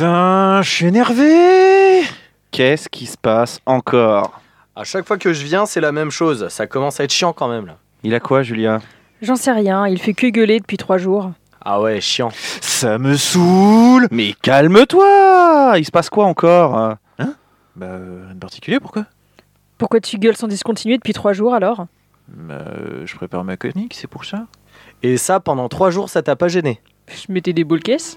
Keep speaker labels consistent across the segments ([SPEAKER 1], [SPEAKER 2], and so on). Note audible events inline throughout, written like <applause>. [SPEAKER 1] Putain, je suis énervé
[SPEAKER 2] Qu'est-ce qui se passe encore
[SPEAKER 3] À chaque fois que je viens, c'est la même chose. Ça commence à être chiant quand même là.
[SPEAKER 2] Il a quoi, Julien
[SPEAKER 4] J'en sais rien, il fait que gueuler depuis trois jours.
[SPEAKER 3] Ah ouais, chiant.
[SPEAKER 1] Ça me saoule
[SPEAKER 2] Mais calme-toi Il se passe quoi encore
[SPEAKER 1] Bah, euh, rien de particulier, pourquoi
[SPEAKER 4] Pourquoi tu gueules sans discontinuer depuis trois jours alors
[SPEAKER 1] Bah, euh, je prépare ma chronique, c'est pour ça.
[SPEAKER 3] Et ça, pendant trois jours, ça t'a pas gêné.
[SPEAKER 4] Je mettais des boules caisses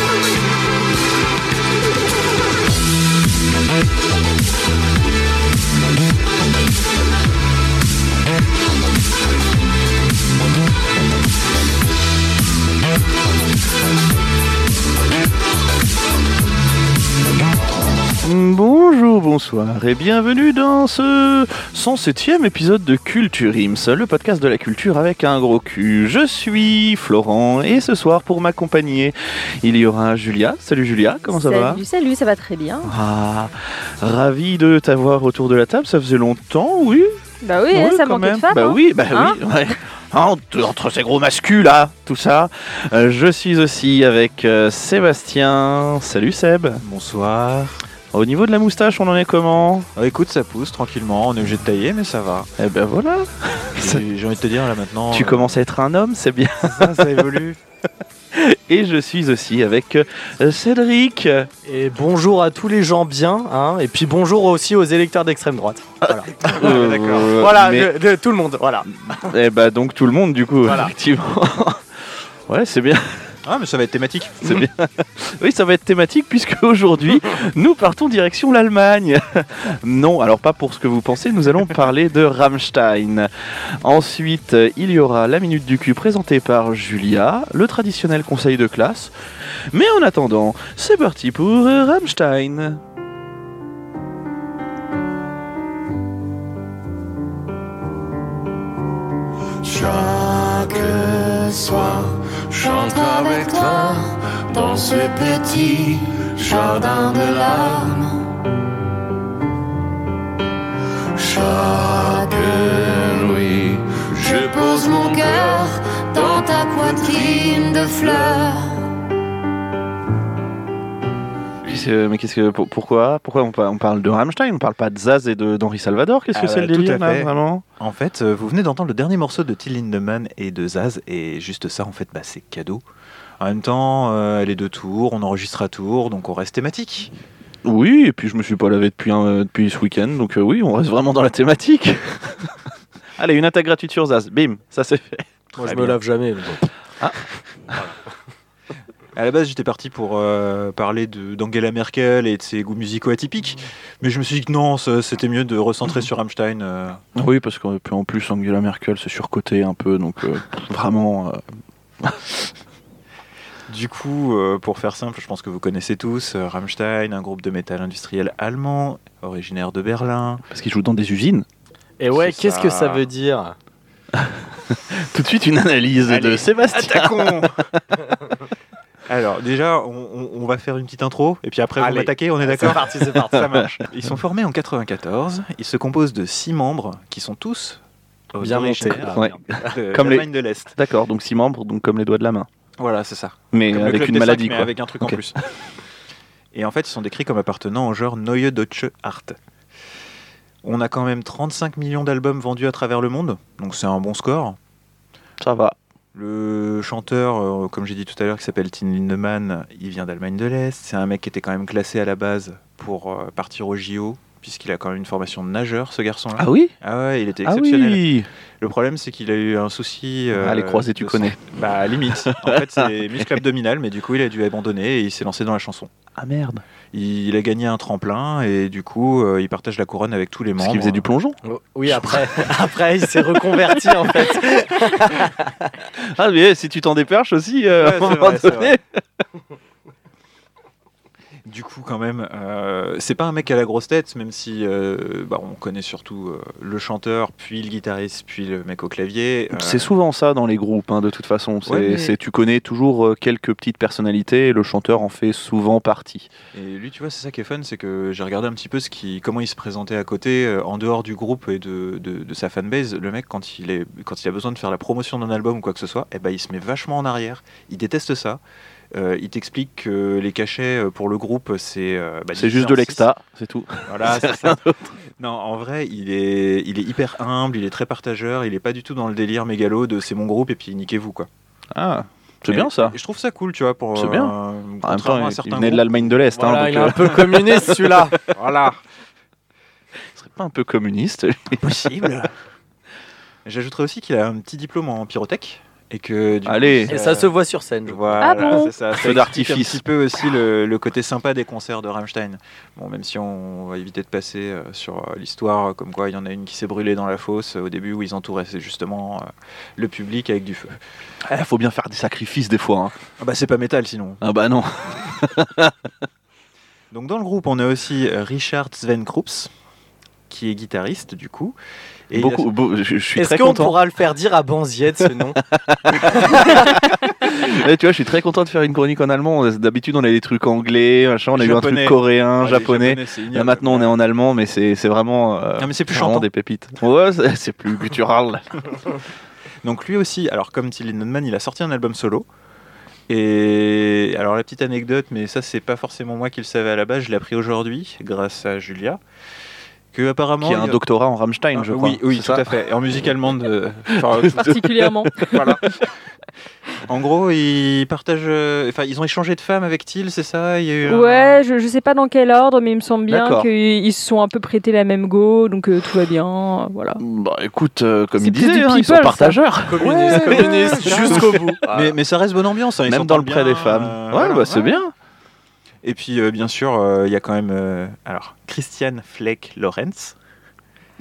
[SPEAKER 2] Bonjour, bonsoir et bienvenue dans ce 107e épisode de Culture Ims, le podcast de la culture avec un gros cul. Je suis Florent et ce soir pour m'accompagner, il y aura Julia. Salut Julia, comment ça va
[SPEAKER 4] Salut, salut, ça va très bien.
[SPEAKER 2] Ah, ravi de t'avoir autour de la table, ça faisait longtemps, oui
[SPEAKER 4] Bah oui,
[SPEAKER 2] Ouais,
[SPEAKER 4] hein, ça
[SPEAKER 2] quand
[SPEAKER 4] manquait
[SPEAKER 2] même.
[SPEAKER 4] de femmes.
[SPEAKER 2] Bah
[SPEAKER 4] hein.
[SPEAKER 2] oui, bah
[SPEAKER 4] Hein
[SPEAKER 2] oui, ouais. Hein, entre, entre ces gros mascus là, tout ça. Euh, je suis aussi avec euh, Sébastien. Salut Seb.
[SPEAKER 1] Bonsoir.
[SPEAKER 2] Au niveau de la moustache, on en est comment
[SPEAKER 1] Ah, écoute, ça pousse tranquillement, on est obligé de tailler, mais ça va.
[SPEAKER 2] Eh ben voilà. Ça-
[SPEAKER 1] Et J'ai envie de te dire, là maintenant.
[SPEAKER 2] Tu
[SPEAKER 1] euh,
[SPEAKER 2] commences à être un homme, c'est bien.
[SPEAKER 1] <laughs>
[SPEAKER 2] <laughs>
[SPEAKER 1] ça, ça évolue.
[SPEAKER 2] Et je suis aussi avec euh, Cédric.
[SPEAKER 3] Et bonjour à tous les gens bien, hein. Et puis bonjour aussi aux électeurs d'extrême droite. Voilà,
[SPEAKER 2] Euh,
[SPEAKER 3] Voilà,
[SPEAKER 2] mais-
[SPEAKER 3] de- de tout le monde, voilà.
[SPEAKER 2] Eh ben donc tout le monde du coup, <laughs>
[SPEAKER 3] Voilà.
[SPEAKER 2] effectivement. Ouais, c'est bien,
[SPEAKER 1] Ah, mais ça va être thématique.
[SPEAKER 2] c'est bien. Oui, ça va être thématique puisque aujourd'hui, nous partons direction l'Allemagne. Non, alors pas pour ce que vous pensez, nous allons parler de Rammstein. Ensuite, euh, il y aura la minute du cul présentée par Julia, le traditionnel conseil de classe. Mais en attendant, c'est parti pour euh, Rammstein.
[SPEAKER 5] Chaque soir, chante avec toi dans ce petit jardin de larmes. Chaque nuit, je pose mon cœur dans ta poitrine de fleurs.
[SPEAKER 2] Qu'est-ce que- mais qu'est-ce que pour- pourquoi pourquoi on, pa- on parle de Rammstein, on parle pas de Zaz et de- d'Henri Salvador Qu'est-ce que
[SPEAKER 1] Ah
[SPEAKER 2] c'est
[SPEAKER 1] bah,
[SPEAKER 2] le
[SPEAKER 1] tout
[SPEAKER 2] délire
[SPEAKER 1] à
[SPEAKER 2] là,
[SPEAKER 1] fait.
[SPEAKER 2] vraiment
[SPEAKER 1] En fait, euh, vous venez d'entendre le dernier morceau de Till Lindemann et de Zaz, et juste ça, en fait, bah, c'est cadeau. En même temps, euh, elle est de tour, on enregistre à tour, donc on reste thématique.
[SPEAKER 2] Oui, et puis je me suis pas lavé depuis un- euh, depuis ce week-end, donc euh, oui, on reste vraiment dans la thématique. <laughs> Allez, une attaque gratuite sur Zaz, bim, ça c'est fait.
[SPEAKER 3] Moi,
[SPEAKER 2] Très
[SPEAKER 3] je me
[SPEAKER 2] bien.
[SPEAKER 3] lave jamais. mais bon.
[SPEAKER 1] À la base, j'étais parti pour euh, parler de- d'Angela Merkel et de ses goûts musicaux atypiques, mais je me suis dit que non, ça- c'était mieux de recentrer sur Rammstein. euh.
[SPEAKER 2] Oui, parce qu'en puis en plus Angela Merkel c'est surcoté un peu, donc euh, vraiment. euh,
[SPEAKER 1] Du coup, euh, pour faire simple, je pense que vous connaissez tous euh, Rammstein, un groupe de métal industriel allemand, originaire de Berlin.
[SPEAKER 2] parce qu'il joue dans des usines.
[SPEAKER 3] Et ouais,
[SPEAKER 1] C'est
[SPEAKER 3] qu'est-ce que ça
[SPEAKER 1] ça.
[SPEAKER 3] veut dire
[SPEAKER 2] <laughs> Tout de suite une analyse de
[SPEAKER 1] Allez,
[SPEAKER 2] Sébastien.
[SPEAKER 1] Alors, déjà, on, on- on va faire une petite intro, et puis après, vous
[SPEAKER 3] Allez.
[SPEAKER 1] m'attaquez, on est
[SPEAKER 3] C'est
[SPEAKER 1] d'accord
[SPEAKER 3] parti, c'est parti.
[SPEAKER 1] Ça marche. Ils sont formés en 94. Ils se composent de six membres qui sont tous
[SPEAKER 3] Bien monté. Ah,
[SPEAKER 2] Ouais.
[SPEAKER 3] merde.
[SPEAKER 2] Comme
[SPEAKER 1] comme
[SPEAKER 2] les-
[SPEAKER 1] les de l'Est.
[SPEAKER 2] D'accord, donc six membres, donc comme les doigts de la main,
[SPEAKER 1] Voilà, c'est ça.
[SPEAKER 2] mais
[SPEAKER 1] Comme le
[SPEAKER 2] avec
[SPEAKER 1] Club
[SPEAKER 2] une
[SPEAKER 1] des
[SPEAKER 2] maladie
[SPEAKER 1] cinq, mais
[SPEAKER 2] quoi.
[SPEAKER 1] avec un truc
[SPEAKER 2] Ok.
[SPEAKER 1] en plus. Et en fait, ils sont décrits comme appartenant au genre Neue Deutsche Art. On a quand même 35 millions d'albums vendus à travers le monde, donc c'est un bon score.
[SPEAKER 2] Ça va.
[SPEAKER 1] Le chanteur, euh, comme j'ai dit tout à l'heure, qui s'appelle Tin Lindemann, il vient d'Allemagne de l'Est. C'est un mec qui était quand même classé à la base pour euh, partir au JO, puisqu'il a quand même une formation de nageur, ce garçon-là.
[SPEAKER 2] Ah oui.
[SPEAKER 1] Ah ouais, il était
[SPEAKER 2] Ah
[SPEAKER 1] exceptionnel.
[SPEAKER 2] oui.
[SPEAKER 1] Le problème, c'est qu'il a eu un souci. euh,
[SPEAKER 2] Ah, les croisés, tu
[SPEAKER 1] de
[SPEAKER 2] connais.
[SPEAKER 1] son- Bah,
[SPEAKER 2] <laughs>
[SPEAKER 1] limite. En fait, c'est muscle abdominal, mais du coup, il a dû abandonner et il s'est lancé dans la chanson.
[SPEAKER 2] Ah merde.
[SPEAKER 1] Il a gagné un tremplin et du coup, euh, il partage la couronne avec tous les membres.
[SPEAKER 2] Parce qu'il faisait du plongeon.
[SPEAKER 3] Oui, après, <laughs> après, il s'est reconverti en fait.
[SPEAKER 2] Ah <laughs> mais si tu t'en déperches aussi, euh, à un
[SPEAKER 1] Ouais, c'est
[SPEAKER 2] moment
[SPEAKER 1] vrai, c'est
[SPEAKER 2] donné.
[SPEAKER 1] Du du coup, quand même, euh, c'est pas un mec à la grosse tête, même si euh, bah, on connaît surtout euh, le chanteur, puis le guitariste, puis le mec au clavier. euh,
[SPEAKER 2] C'est souvent ça dans les groupes, hein, de toute façon. C'est,
[SPEAKER 1] Ouais, mais-
[SPEAKER 2] c'est- tu connais toujours euh, quelques petites personnalités et le chanteur en fait souvent partie.
[SPEAKER 1] Et lui, tu vois, c'est ça qui est fun, c'est que j'ai regardé un petit peu ce qui, comment il se présentait à côté, euh, en dehors du groupe et de, de- de sa fanbase. Le mec, quand il, est, quand il a besoin de faire la promotion d'un album ou quoi que ce soit, eh ben, il se met vachement en arrière. Il déteste ça. Euh, il t'explique que les cachets euh, pour le groupe, c'est. euh, bah,
[SPEAKER 2] c'est
[SPEAKER 1] divisé
[SPEAKER 2] juste
[SPEAKER 1] en
[SPEAKER 2] de
[SPEAKER 1] six.
[SPEAKER 2] l'exta, <laughs>
[SPEAKER 1] <laughs>
[SPEAKER 2] c'est tout.
[SPEAKER 1] Voilà, c'est ça. Non, en vrai, il est, il est hyper humble, il est très partageur, il est pas du tout dans le délire mégalo de c'est mon groupe et puis niquez-vous quoi.
[SPEAKER 2] Ah, c'est
[SPEAKER 1] Et-
[SPEAKER 2] bien ça.
[SPEAKER 1] et Je trouve ça cool, tu vois, pour.
[SPEAKER 2] C'est bien.
[SPEAKER 1] euh,
[SPEAKER 2] En même
[SPEAKER 1] contrairement à
[SPEAKER 2] temps, il- il
[SPEAKER 1] certains
[SPEAKER 2] venait de
[SPEAKER 1] groupes.
[SPEAKER 2] l'Allemagne de l'Est, hein,
[SPEAKER 3] Voilà,
[SPEAKER 2] donc
[SPEAKER 3] il est un
[SPEAKER 2] euh,
[SPEAKER 3] peu
[SPEAKER 2] <laughs>
[SPEAKER 3] communiste celui-là.
[SPEAKER 1] Voilà.
[SPEAKER 2] il serait pas un peu
[SPEAKER 1] <laughs>
[SPEAKER 2] communiste. lui.
[SPEAKER 1] Possible. J'ajouterais aussi qu'il a un petit diplôme en pyrotech et que. du
[SPEAKER 2] Allez.
[SPEAKER 1] coup,
[SPEAKER 3] Et ça se voit sur scène. je crois.
[SPEAKER 1] Voilà,
[SPEAKER 4] Ah bon
[SPEAKER 1] c'est ça. Ça
[SPEAKER 2] Feu
[SPEAKER 1] explique
[SPEAKER 2] d'artifice.
[SPEAKER 1] Un petit peu aussi le, le côté sympa des concerts de Rammstein. Bon, même si on va éviter de passer euh, sur euh, l'histoire, euh, comme quoi il y en a une qui s'est brûlée dans la fosse euh, au début où ils entouraient c'est justement euh, le public avec du feu. Eh,
[SPEAKER 2] Il faut bien faire des sacrifices des fois. hein.
[SPEAKER 1] Ah bah c'est pas métal sinon.
[SPEAKER 2] Ah bah non.
[SPEAKER 1] Donc dans le groupe, on a aussi euh, Richard Sven Krups qui est guitariste du coup. Et il a-
[SPEAKER 2] Beaucoup, beau- je, je suis
[SPEAKER 3] Est-ce
[SPEAKER 2] très
[SPEAKER 3] qu'on
[SPEAKER 2] content.
[SPEAKER 3] pourra le faire dire à Banziette ce nom
[SPEAKER 2] Eh, tu vois, je suis très content de faire une chronique en allemand. D'habitude, on a des trucs anglais, machin. On a eu un
[SPEAKER 1] Japonais.
[SPEAKER 2] truc coréen,
[SPEAKER 1] Ah, les
[SPEAKER 2] japonais.
[SPEAKER 1] c'est
[SPEAKER 2] Là
[SPEAKER 1] ignoble.
[SPEAKER 2] maintenant, on est en allemand, mais c'est, c'est vraiment. euh,
[SPEAKER 1] Non mais c'est plus
[SPEAKER 2] vraiment
[SPEAKER 1] chantant.
[SPEAKER 2] des pépites. Ouais, c'est, c'est plus guttural.
[SPEAKER 1] Donc lui aussi, alors comme Till Lindemann, il a sorti un album solo. Et alors la petite anecdote, mais ça c'est pas forcément moi qui le savais à la base, je l'ai appris aujourd'hui grâce à Julia, que apparemment
[SPEAKER 2] Qui a un
[SPEAKER 1] il-
[SPEAKER 2] doctorat en Rammstein,
[SPEAKER 1] Ah,
[SPEAKER 2] je crois.
[SPEAKER 1] oui, oui, tout
[SPEAKER 2] C'est ça
[SPEAKER 1] à fait. Et En musique allemande, euh,
[SPEAKER 2] <laughs>
[SPEAKER 1] enfin,
[SPEAKER 4] particulièrement.
[SPEAKER 1] voilà. En gros, ils partagent, euh, enfin, ils ont échangé de femmes avec Till, c'est ça Il y a eu un-
[SPEAKER 4] Ouais, je, je sais pas dans quel ordre, mais il me semble bien
[SPEAKER 2] euh, D'accord.
[SPEAKER 4] qu'ils se sont un peu prêtés la même go, donc euh, tout va bien, euh, voilà.
[SPEAKER 2] Bah écoute, euh, comme
[SPEAKER 4] C'est
[SPEAKER 2] il
[SPEAKER 4] plus du
[SPEAKER 2] disait, hein, ils sont
[SPEAKER 4] people, ça.
[SPEAKER 2] partageurs.
[SPEAKER 3] Communiste,
[SPEAKER 1] Ouais.
[SPEAKER 3] communiste,
[SPEAKER 1] <laughs>
[SPEAKER 3] jusqu'au bout.
[SPEAKER 1] Mais, mais ça reste bonne ambiance, hein, ils
[SPEAKER 2] Ah. Même
[SPEAKER 1] s'entendent
[SPEAKER 2] dans le prêt
[SPEAKER 1] bien,
[SPEAKER 2] des femmes.
[SPEAKER 1] euh,
[SPEAKER 2] ouais,
[SPEAKER 1] voilà.
[SPEAKER 2] bah c'est bien.
[SPEAKER 1] Et puis, euh, bien sûr, euh, il y a quand même euh, alors, Christian Fleck Lorenz,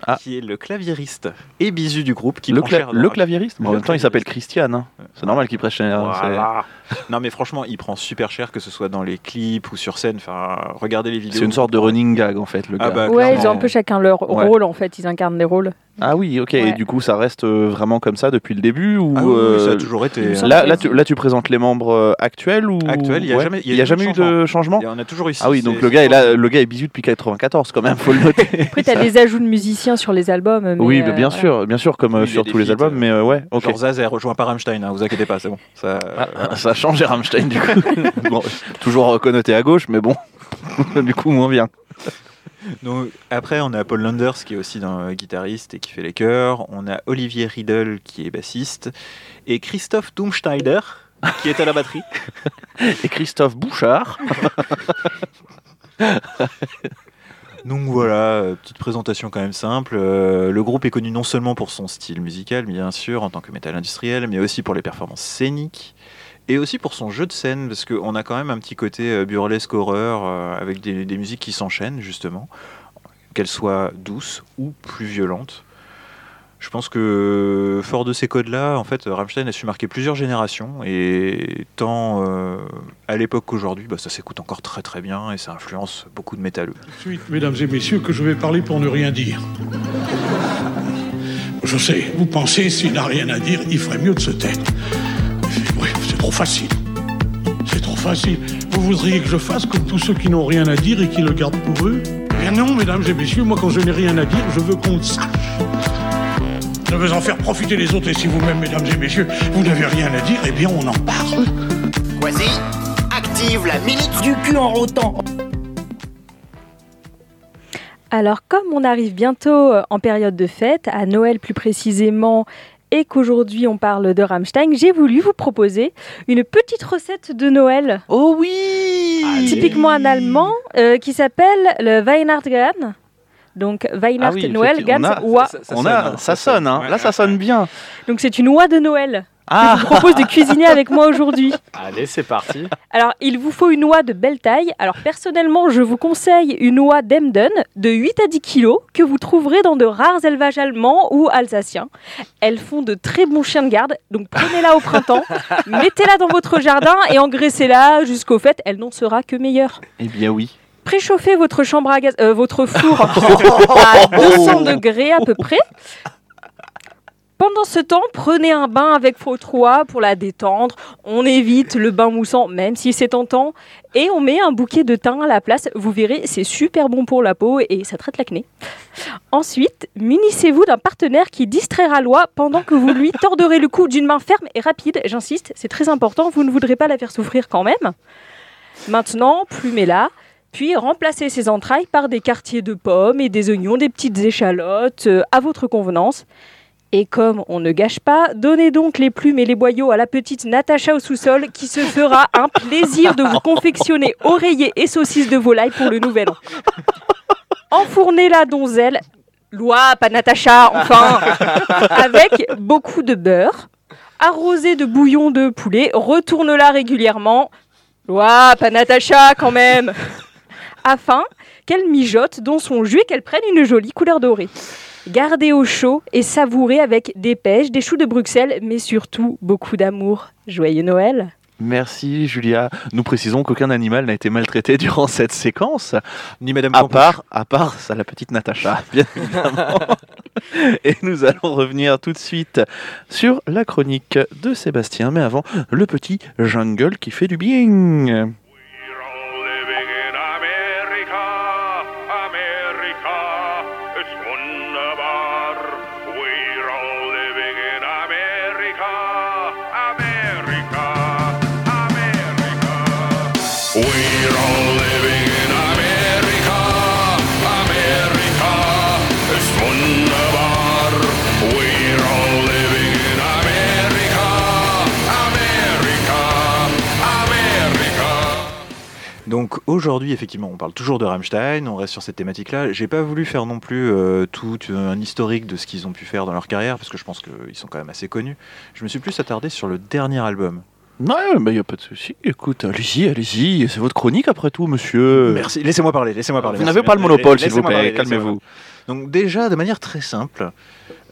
[SPEAKER 2] Ah.
[SPEAKER 1] qui est le claviériste et bisu du groupe. Qui
[SPEAKER 2] Le,
[SPEAKER 1] prend
[SPEAKER 2] cla-
[SPEAKER 1] cher dans
[SPEAKER 2] le
[SPEAKER 1] leur-
[SPEAKER 2] claviériste. Mais en
[SPEAKER 1] Le
[SPEAKER 2] même temps, il s'appelle Christian. hein. C'est normal qu'il prêche. hein, c'est-
[SPEAKER 1] Voilà. non, mais franchement, il prend super cher, que ce soit dans les clips ou sur scène. Enfin, regardez les vidéos.
[SPEAKER 2] C'est une sorte de running gag en fait, le
[SPEAKER 1] Ah
[SPEAKER 2] gars.
[SPEAKER 1] bah,
[SPEAKER 4] ouais,
[SPEAKER 1] clairement.
[SPEAKER 4] ils ont un peu chacun leur
[SPEAKER 2] Ouais.
[SPEAKER 4] rôle en fait, ils incarnent des rôles.
[SPEAKER 2] Ah oui, ok. Et
[SPEAKER 4] Ouais.
[SPEAKER 2] du coup, ça reste euh, vraiment comme ça depuis le début ou
[SPEAKER 1] Ah oui, oui, ça a
[SPEAKER 2] euh,
[SPEAKER 1] toujours été.
[SPEAKER 4] il me semble-
[SPEAKER 2] là, là, tu, là, tu présentes les membres euh, actuels ou
[SPEAKER 1] Actuels, il y a jamais- il y a
[SPEAKER 2] il y a
[SPEAKER 1] eu
[SPEAKER 2] jamais eu de changement
[SPEAKER 1] Et on a toujours eu six,
[SPEAKER 2] Ah oui, donc
[SPEAKER 1] c'est-
[SPEAKER 2] le gars est là, le gars est bisu depuis 94 quand même, faut le noter.
[SPEAKER 4] Après, t'as des ajouts de musiciens sur les albums. mais,
[SPEAKER 2] oui,
[SPEAKER 4] euh,
[SPEAKER 2] mais bien
[SPEAKER 4] voilà.
[SPEAKER 2] sûr, bien sûr, comme euh,
[SPEAKER 1] Oui, il y a
[SPEAKER 2] sur
[SPEAKER 1] des
[SPEAKER 2] tous les
[SPEAKER 1] feats,
[SPEAKER 2] albums,
[SPEAKER 1] euh,
[SPEAKER 2] mais euh, ouais, ok.
[SPEAKER 1] Genre Zaz est rejoint par Rammstein, hein, vous inquiétez pas, c'est bon. Ça,
[SPEAKER 2] Ah, Ça a changé Rammstein du coup. <laughs> Bon, toujours euh, connoté à gauche, mais bon, <laughs> du coup moins bien.
[SPEAKER 1] Donc, après, on a Paul Landers qui est aussi un guitariste et qui fait les chœurs. On a Olivier Riedel qui est bassiste. Et Christophe Doomschneider qui est à la batterie.
[SPEAKER 2] Et Christophe Bouchard,
[SPEAKER 1] Donc voilà, euh, petite présentation quand même simple. Euh, le groupe est connu non seulement pour son style musical, bien sûr, en tant que métal industriel, mais aussi pour les performances scéniques. Et aussi pour son jeu de scène, parce qu'on a quand même un petit côté euh, burlesque horreur, euh, avec des, des musiques qui s'enchaînent, justement, qu'elles soient douces ou plus violentes. Je pense que, euh, fort de ces codes-là, en fait, Rammstein a su marquer plusieurs générations, et tant euh, à l'époque qu'aujourd'hui, bah, ça s'écoute encore très très bien, et ça influence beaucoup de métalleux.
[SPEAKER 6] Ensuite, mesdames et messieurs, que je vais parler pour ne rien dire. Je sais, vous pensez, s'il n'a rien à dire, il ferait mieux de se taire. Mais Bref, c'est trop facile. C'est trop facile. Vous voudriez que je fasse comme tous ceux qui n'ont rien à dire et qui le gardent pour eux Bien non, mesdames et messieurs, moi quand je n'ai rien à dire, je veux qu'on le sache. Je veux en faire profiter les autres et si vous-même, mesdames et messieurs, vous n'avez rien à dire, eh bien on en parle.
[SPEAKER 7] Quasi, active la minute
[SPEAKER 8] Du cul en rotant.
[SPEAKER 4] Alors, comme on arrive bientôt euh, en période de fête, à Noël plus précisément, et qu'aujourd'hui on parle de Rammstein, j'ai voulu vous proposer une petite recette de Noël,
[SPEAKER 2] Oh oui
[SPEAKER 4] typiquement en allemand, euh, qui s'appelle le Weihnachtsgans. Donc, Weihnacht
[SPEAKER 2] Ah oui,
[SPEAKER 4] Noël,
[SPEAKER 2] effectivement,
[SPEAKER 4] Gans,
[SPEAKER 2] on a-
[SPEAKER 4] Oie.
[SPEAKER 2] On a, ça sonne, hein. là ça sonne bien.
[SPEAKER 4] Donc, c'est une oie de Noël.
[SPEAKER 2] Ah
[SPEAKER 9] que je vous propose de cuisiner avec moi aujourd'hui.
[SPEAKER 3] Allez, c'est parti.
[SPEAKER 9] Alors, il vous faut une oie de belle taille. Alors, personnellement, je vous conseille une oie d'Emden de 8 à 10 kilos que vous trouverez dans de rares élevages allemands ou alsaciens. Elles font de très bons chiens de garde, donc prenez-la au printemps, mettez-la dans votre jardin et engraissez-la jusqu'au fait, elle n'en sera que meilleure.
[SPEAKER 2] Eh bien oui.
[SPEAKER 9] Préchauffez votre chambre à gaz, euh, votre four à 200 degrés à peu près. Pendant ce temps, prenez un bain avec votre oie pour la détendre. On évite le bain moussant, même si c'est tentant. Et on met un bouquet de thym à la place. Vous verrez, c'est super bon pour la peau et ça traite l'acné. Ensuite, munissez-vous d'un partenaire qui distraira l'oie pendant que vous lui torderez le cou d'une main ferme et rapide. J'insiste, c'est très important. Vous ne voudrez pas la faire souffrir quand même. Maintenant, plumez-la. Puis remplacez ses entrailles par des quartiers de pommes et des oignons, des petites échalotes, euh, à votre convenance. Et comme on ne gâche pas, donnez donc les plumes et les boyaux à la petite Natacha au sous-sol qui se fera un plaisir de vous confectionner oreillers et saucisses de volaille pour le nouvel an. Enfournez la donzelle, loi, pas Natacha, enfin, avec beaucoup de beurre. Arrosez de bouillon de poulet, retourne-la régulièrement. Loi, pas Natacha quand même afin qu'elle mijote dans son jus et qu'elle prenne une jolie couleur dorée. Gardez au chaud et savourez avec des pêches, des choux de Bruxelles, mais surtout beaucoup d'amour. Joyeux Noël
[SPEAKER 2] Merci Julia. Nous précisons qu'aucun animal n'a été maltraité durant cette séquence,
[SPEAKER 1] Ni Madame
[SPEAKER 2] à
[SPEAKER 1] Campan.
[SPEAKER 2] part, à part ça, la petite Natacha, <laughs> bien évidemment. Et nous allons revenir tout de suite sur la chronique de Sébastien, mais avant le petit jungle qui fait du bien.
[SPEAKER 8] We're all living in America, America, it's wunderbar. We're all living in America, America, America. We're all living in America, America, it's wunderbar. We're all living in America, America, America.
[SPEAKER 1] Donc aujourd'hui, effectivement, on parle toujours de Rammstein, on reste sur cette thématique-là. J'ai pas voulu faire non plus euh, tout euh, un historique de ce qu'ils ont pu faire dans leur carrière, parce que je pense qu'ils sont quand même assez connus. Je me suis plus attardé sur le dernier album.
[SPEAKER 2] Non, mais il n'y a pas de souci. Écoute, allez-y, allez-y. C'est votre chronique après tout, monsieur.
[SPEAKER 1] Merci, laissez-moi parler, laissez-moi parler.
[SPEAKER 2] Vous
[SPEAKER 1] merci.
[SPEAKER 2] n'avez pas le monopole, s'il vous
[SPEAKER 1] Laissez-moi
[SPEAKER 2] plaît.
[SPEAKER 1] parler, laissez-moi
[SPEAKER 2] Calmez-vous.
[SPEAKER 1] parler. Donc déjà, de manière très simple,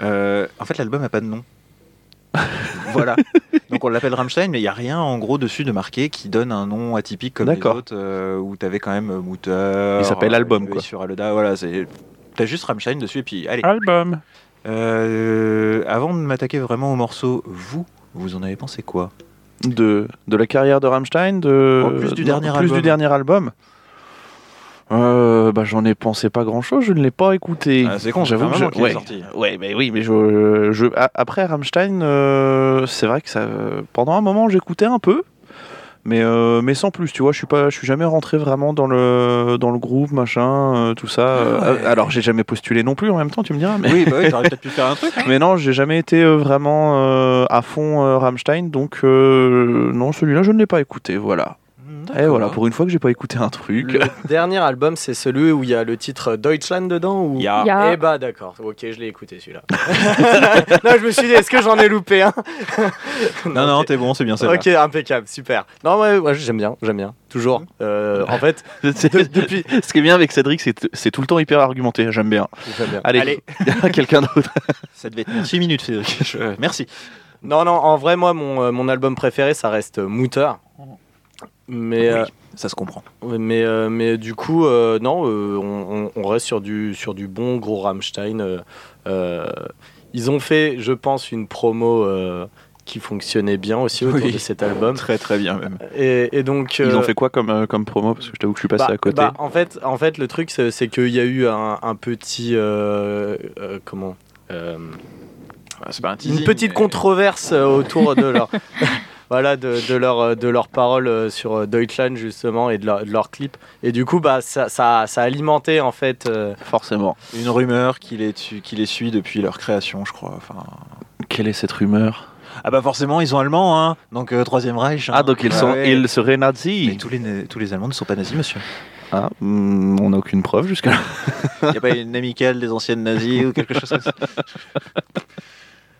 [SPEAKER 1] euh, en fait, l'album a pas de
[SPEAKER 2] <laughs>
[SPEAKER 1] nom. voilà. Donc on l'appelle Rammstein, mais il n'y a rien en gros dessus de marqué qui donne un nom atypique comme les
[SPEAKER 2] D'accord.
[SPEAKER 1] autres, euh, où tu avais quand même euh, Mouter.
[SPEAKER 2] Il s'appelle album, quoi. Ah.
[SPEAKER 1] Sur Aloda, voilà, c'est. T'as juste Rammstein dessus et puis allez.
[SPEAKER 2] Album.
[SPEAKER 1] Euh, avant de m'attaquer vraiment au morceau, vous, vous en avez pensé quoi
[SPEAKER 2] De, de la carrière de Rammstein de,
[SPEAKER 1] En plus du
[SPEAKER 2] non,
[SPEAKER 1] dernier
[SPEAKER 2] plus
[SPEAKER 1] album.
[SPEAKER 2] du dernier album Euh, bah, J'en ai pensé pas grand-chose, je ne l'ai pas écouté.
[SPEAKER 1] Ah, C'est con, ça fait un
[SPEAKER 2] j'avoue
[SPEAKER 1] moment
[SPEAKER 2] que je...
[SPEAKER 1] qu'il est
[SPEAKER 2] ouais.
[SPEAKER 1] sorti.
[SPEAKER 2] Ouais, mais oui, mais je, je- a- après Rammstein, euh, c'est vrai que ça, euh, pendant un moment j'écoutais un peu, mais euh, mais sans plus, tu vois, je suis pas, je suis jamais rentré vraiment dans le dans le groupe, machin, euh, tout ça. euh, Alors j'ai jamais postulé non plus en même temps, tu me diras. Mais,
[SPEAKER 1] Oui, bah oui, t'aurais peut-être pu faire un
[SPEAKER 2] <laughs>
[SPEAKER 1] truc.
[SPEAKER 2] mais non, j'ai jamais été euh, vraiment euh, à fond euh, Rammstein, donc euh, non, celui-là je ne l'ai pas écouté, voilà. Et voilà, pour une fois que j'ai pas écouté un truc.
[SPEAKER 3] Le dernier album, c'est celui où il y a le titre Deutschland dedans ou...
[SPEAKER 1] Il y a-
[SPEAKER 9] Il y a-
[SPEAKER 3] Eh bah d'accord, ok, je l'ai écouté celui-là. <laughs> non, je me suis dit, est-ce que j'en ai loupé un
[SPEAKER 1] Non, non,
[SPEAKER 3] ok.
[SPEAKER 1] t'es bon, c'est bien ça.
[SPEAKER 3] Ok, impeccable, super. Non, ouais, ouais, j'aime bien, j'aime bien,
[SPEAKER 1] Hmm.
[SPEAKER 3] toujours. Euh, en fait,
[SPEAKER 2] <laughs> C'est-
[SPEAKER 3] depuis...
[SPEAKER 2] Ce qui est bien avec Cédric, c'est c'est tout le temps hyper argumenté, j'aime bien.
[SPEAKER 3] J'aime bien.
[SPEAKER 2] Allez,
[SPEAKER 1] Allez.
[SPEAKER 2] <laughs> quelqu'un d'autre.
[SPEAKER 1] Ça devait être 6 minutes,
[SPEAKER 2] <laughs>
[SPEAKER 1] Cédric. Je- Merci.
[SPEAKER 3] Non, non, en vrai, moi, mon, euh, mon album préféré, ça reste euh, Mouter. Mais, euh,
[SPEAKER 1] Oui, ça se comprend.
[SPEAKER 3] Ouais, Mais, euh, mais du coup, euh, non, euh, on, on- on reste sur du, sur du bon gros Rammstein. euh, euh, ils ont fait, je pense, une promo euh, qui fonctionnait bien aussi autour
[SPEAKER 1] Oui.
[SPEAKER 3] de cet album.
[SPEAKER 1] Très, très bien, même.
[SPEAKER 3] Et, et donc,
[SPEAKER 2] Ils
[SPEAKER 3] euh,
[SPEAKER 2] ont fait quoi comme, euh, comme promo Parce que je t'avoue que je suis passé
[SPEAKER 3] bah-
[SPEAKER 2] à côté.
[SPEAKER 3] bah, en, fait, en fait, le truc, c'est c'est qu'il y a eu un, un petit. euh, euh, comment euh,
[SPEAKER 1] C'est pas un
[SPEAKER 3] Une petite controverse euh, autour de leur. <laughs> Voilà, de, de leur, euh, de leurs paroles euh, sur euh, Deutschland, justement, et de leur, de leur clip. Et du coup, bah, ça, ça, ça a alimenté, en fait, euh,
[SPEAKER 2] Forcément.
[SPEAKER 1] Une rumeur qui les, tu- qui les suit depuis leur création, je crois. Enfin...
[SPEAKER 2] Quelle est cette rumeur
[SPEAKER 1] Ah bah forcément, ils sont allemands, hein. Donc, euh, Troisième Reich. hein.
[SPEAKER 2] Ah, donc ils,
[SPEAKER 1] Ouais,
[SPEAKER 2] sont,
[SPEAKER 1] ouais.
[SPEAKER 2] ils seraient
[SPEAKER 1] Mais
[SPEAKER 2] nazis
[SPEAKER 1] tous les, na- tous les Allemands ne sont pas nazis,
[SPEAKER 3] <laughs>
[SPEAKER 1] monsieur.
[SPEAKER 2] Ah, hmm, On n'a aucune preuve jusqu'à là.
[SPEAKER 1] Il n'y a pas une amicale des anciennes nazis ou quelque chose comme ça <laughs>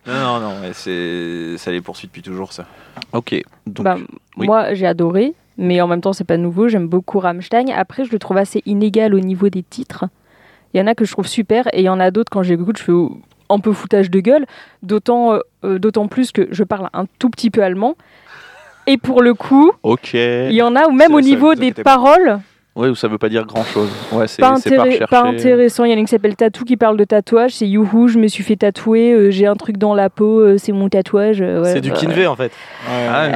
[SPEAKER 1] Non, non, non, mais c'est- ça les poursuit depuis toujours, ça.
[SPEAKER 2] <laughs> Ok. Donc,
[SPEAKER 4] Bah,
[SPEAKER 2] oui.
[SPEAKER 4] Moi, j'ai adoré, mais en même temps, c'est pas nouveau. J'aime beaucoup Rammstein. Après, je le trouve assez inégal au niveau des titres. Il y en a que je trouve super, et il y en a d'autres quand j'écoute, je fais oh, un peu foutage de gueule. D'autant, euh, euh, d'autant plus que je parle un tout petit peu allemand. Et pour le coup,
[SPEAKER 2] ok.
[SPEAKER 4] il y en a où même
[SPEAKER 1] C'est
[SPEAKER 4] au
[SPEAKER 1] la seule,
[SPEAKER 4] niveau
[SPEAKER 1] vous
[SPEAKER 4] des
[SPEAKER 1] inquiétez pas.
[SPEAKER 4] paroles,
[SPEAKER 2] Ouais, ou ça veut pas dire grand chose. Ouais, c'est
[SPEAKER 4] pas,
[SPEAKER 2] c'est pas
[SPEAKER 4] intéré-
[SPEAKER 2] recherché.
[SPEAKER 4] pas intéressant. Il y en a une qui s'appelle Tatou qui parle de tatouage. C'est Youhou, je me suis fait tatouer, euh, j'ai un truc dans la peau, euh, c'est mon tatouage. euh, ouais,
[SPEAKER 3] C'est du
[SPEAKER 4] bah,
[SPEAKER 3] Kinvé en fait.
[SPEAKER 2] Ah,
[SPEAKER 4] Euh.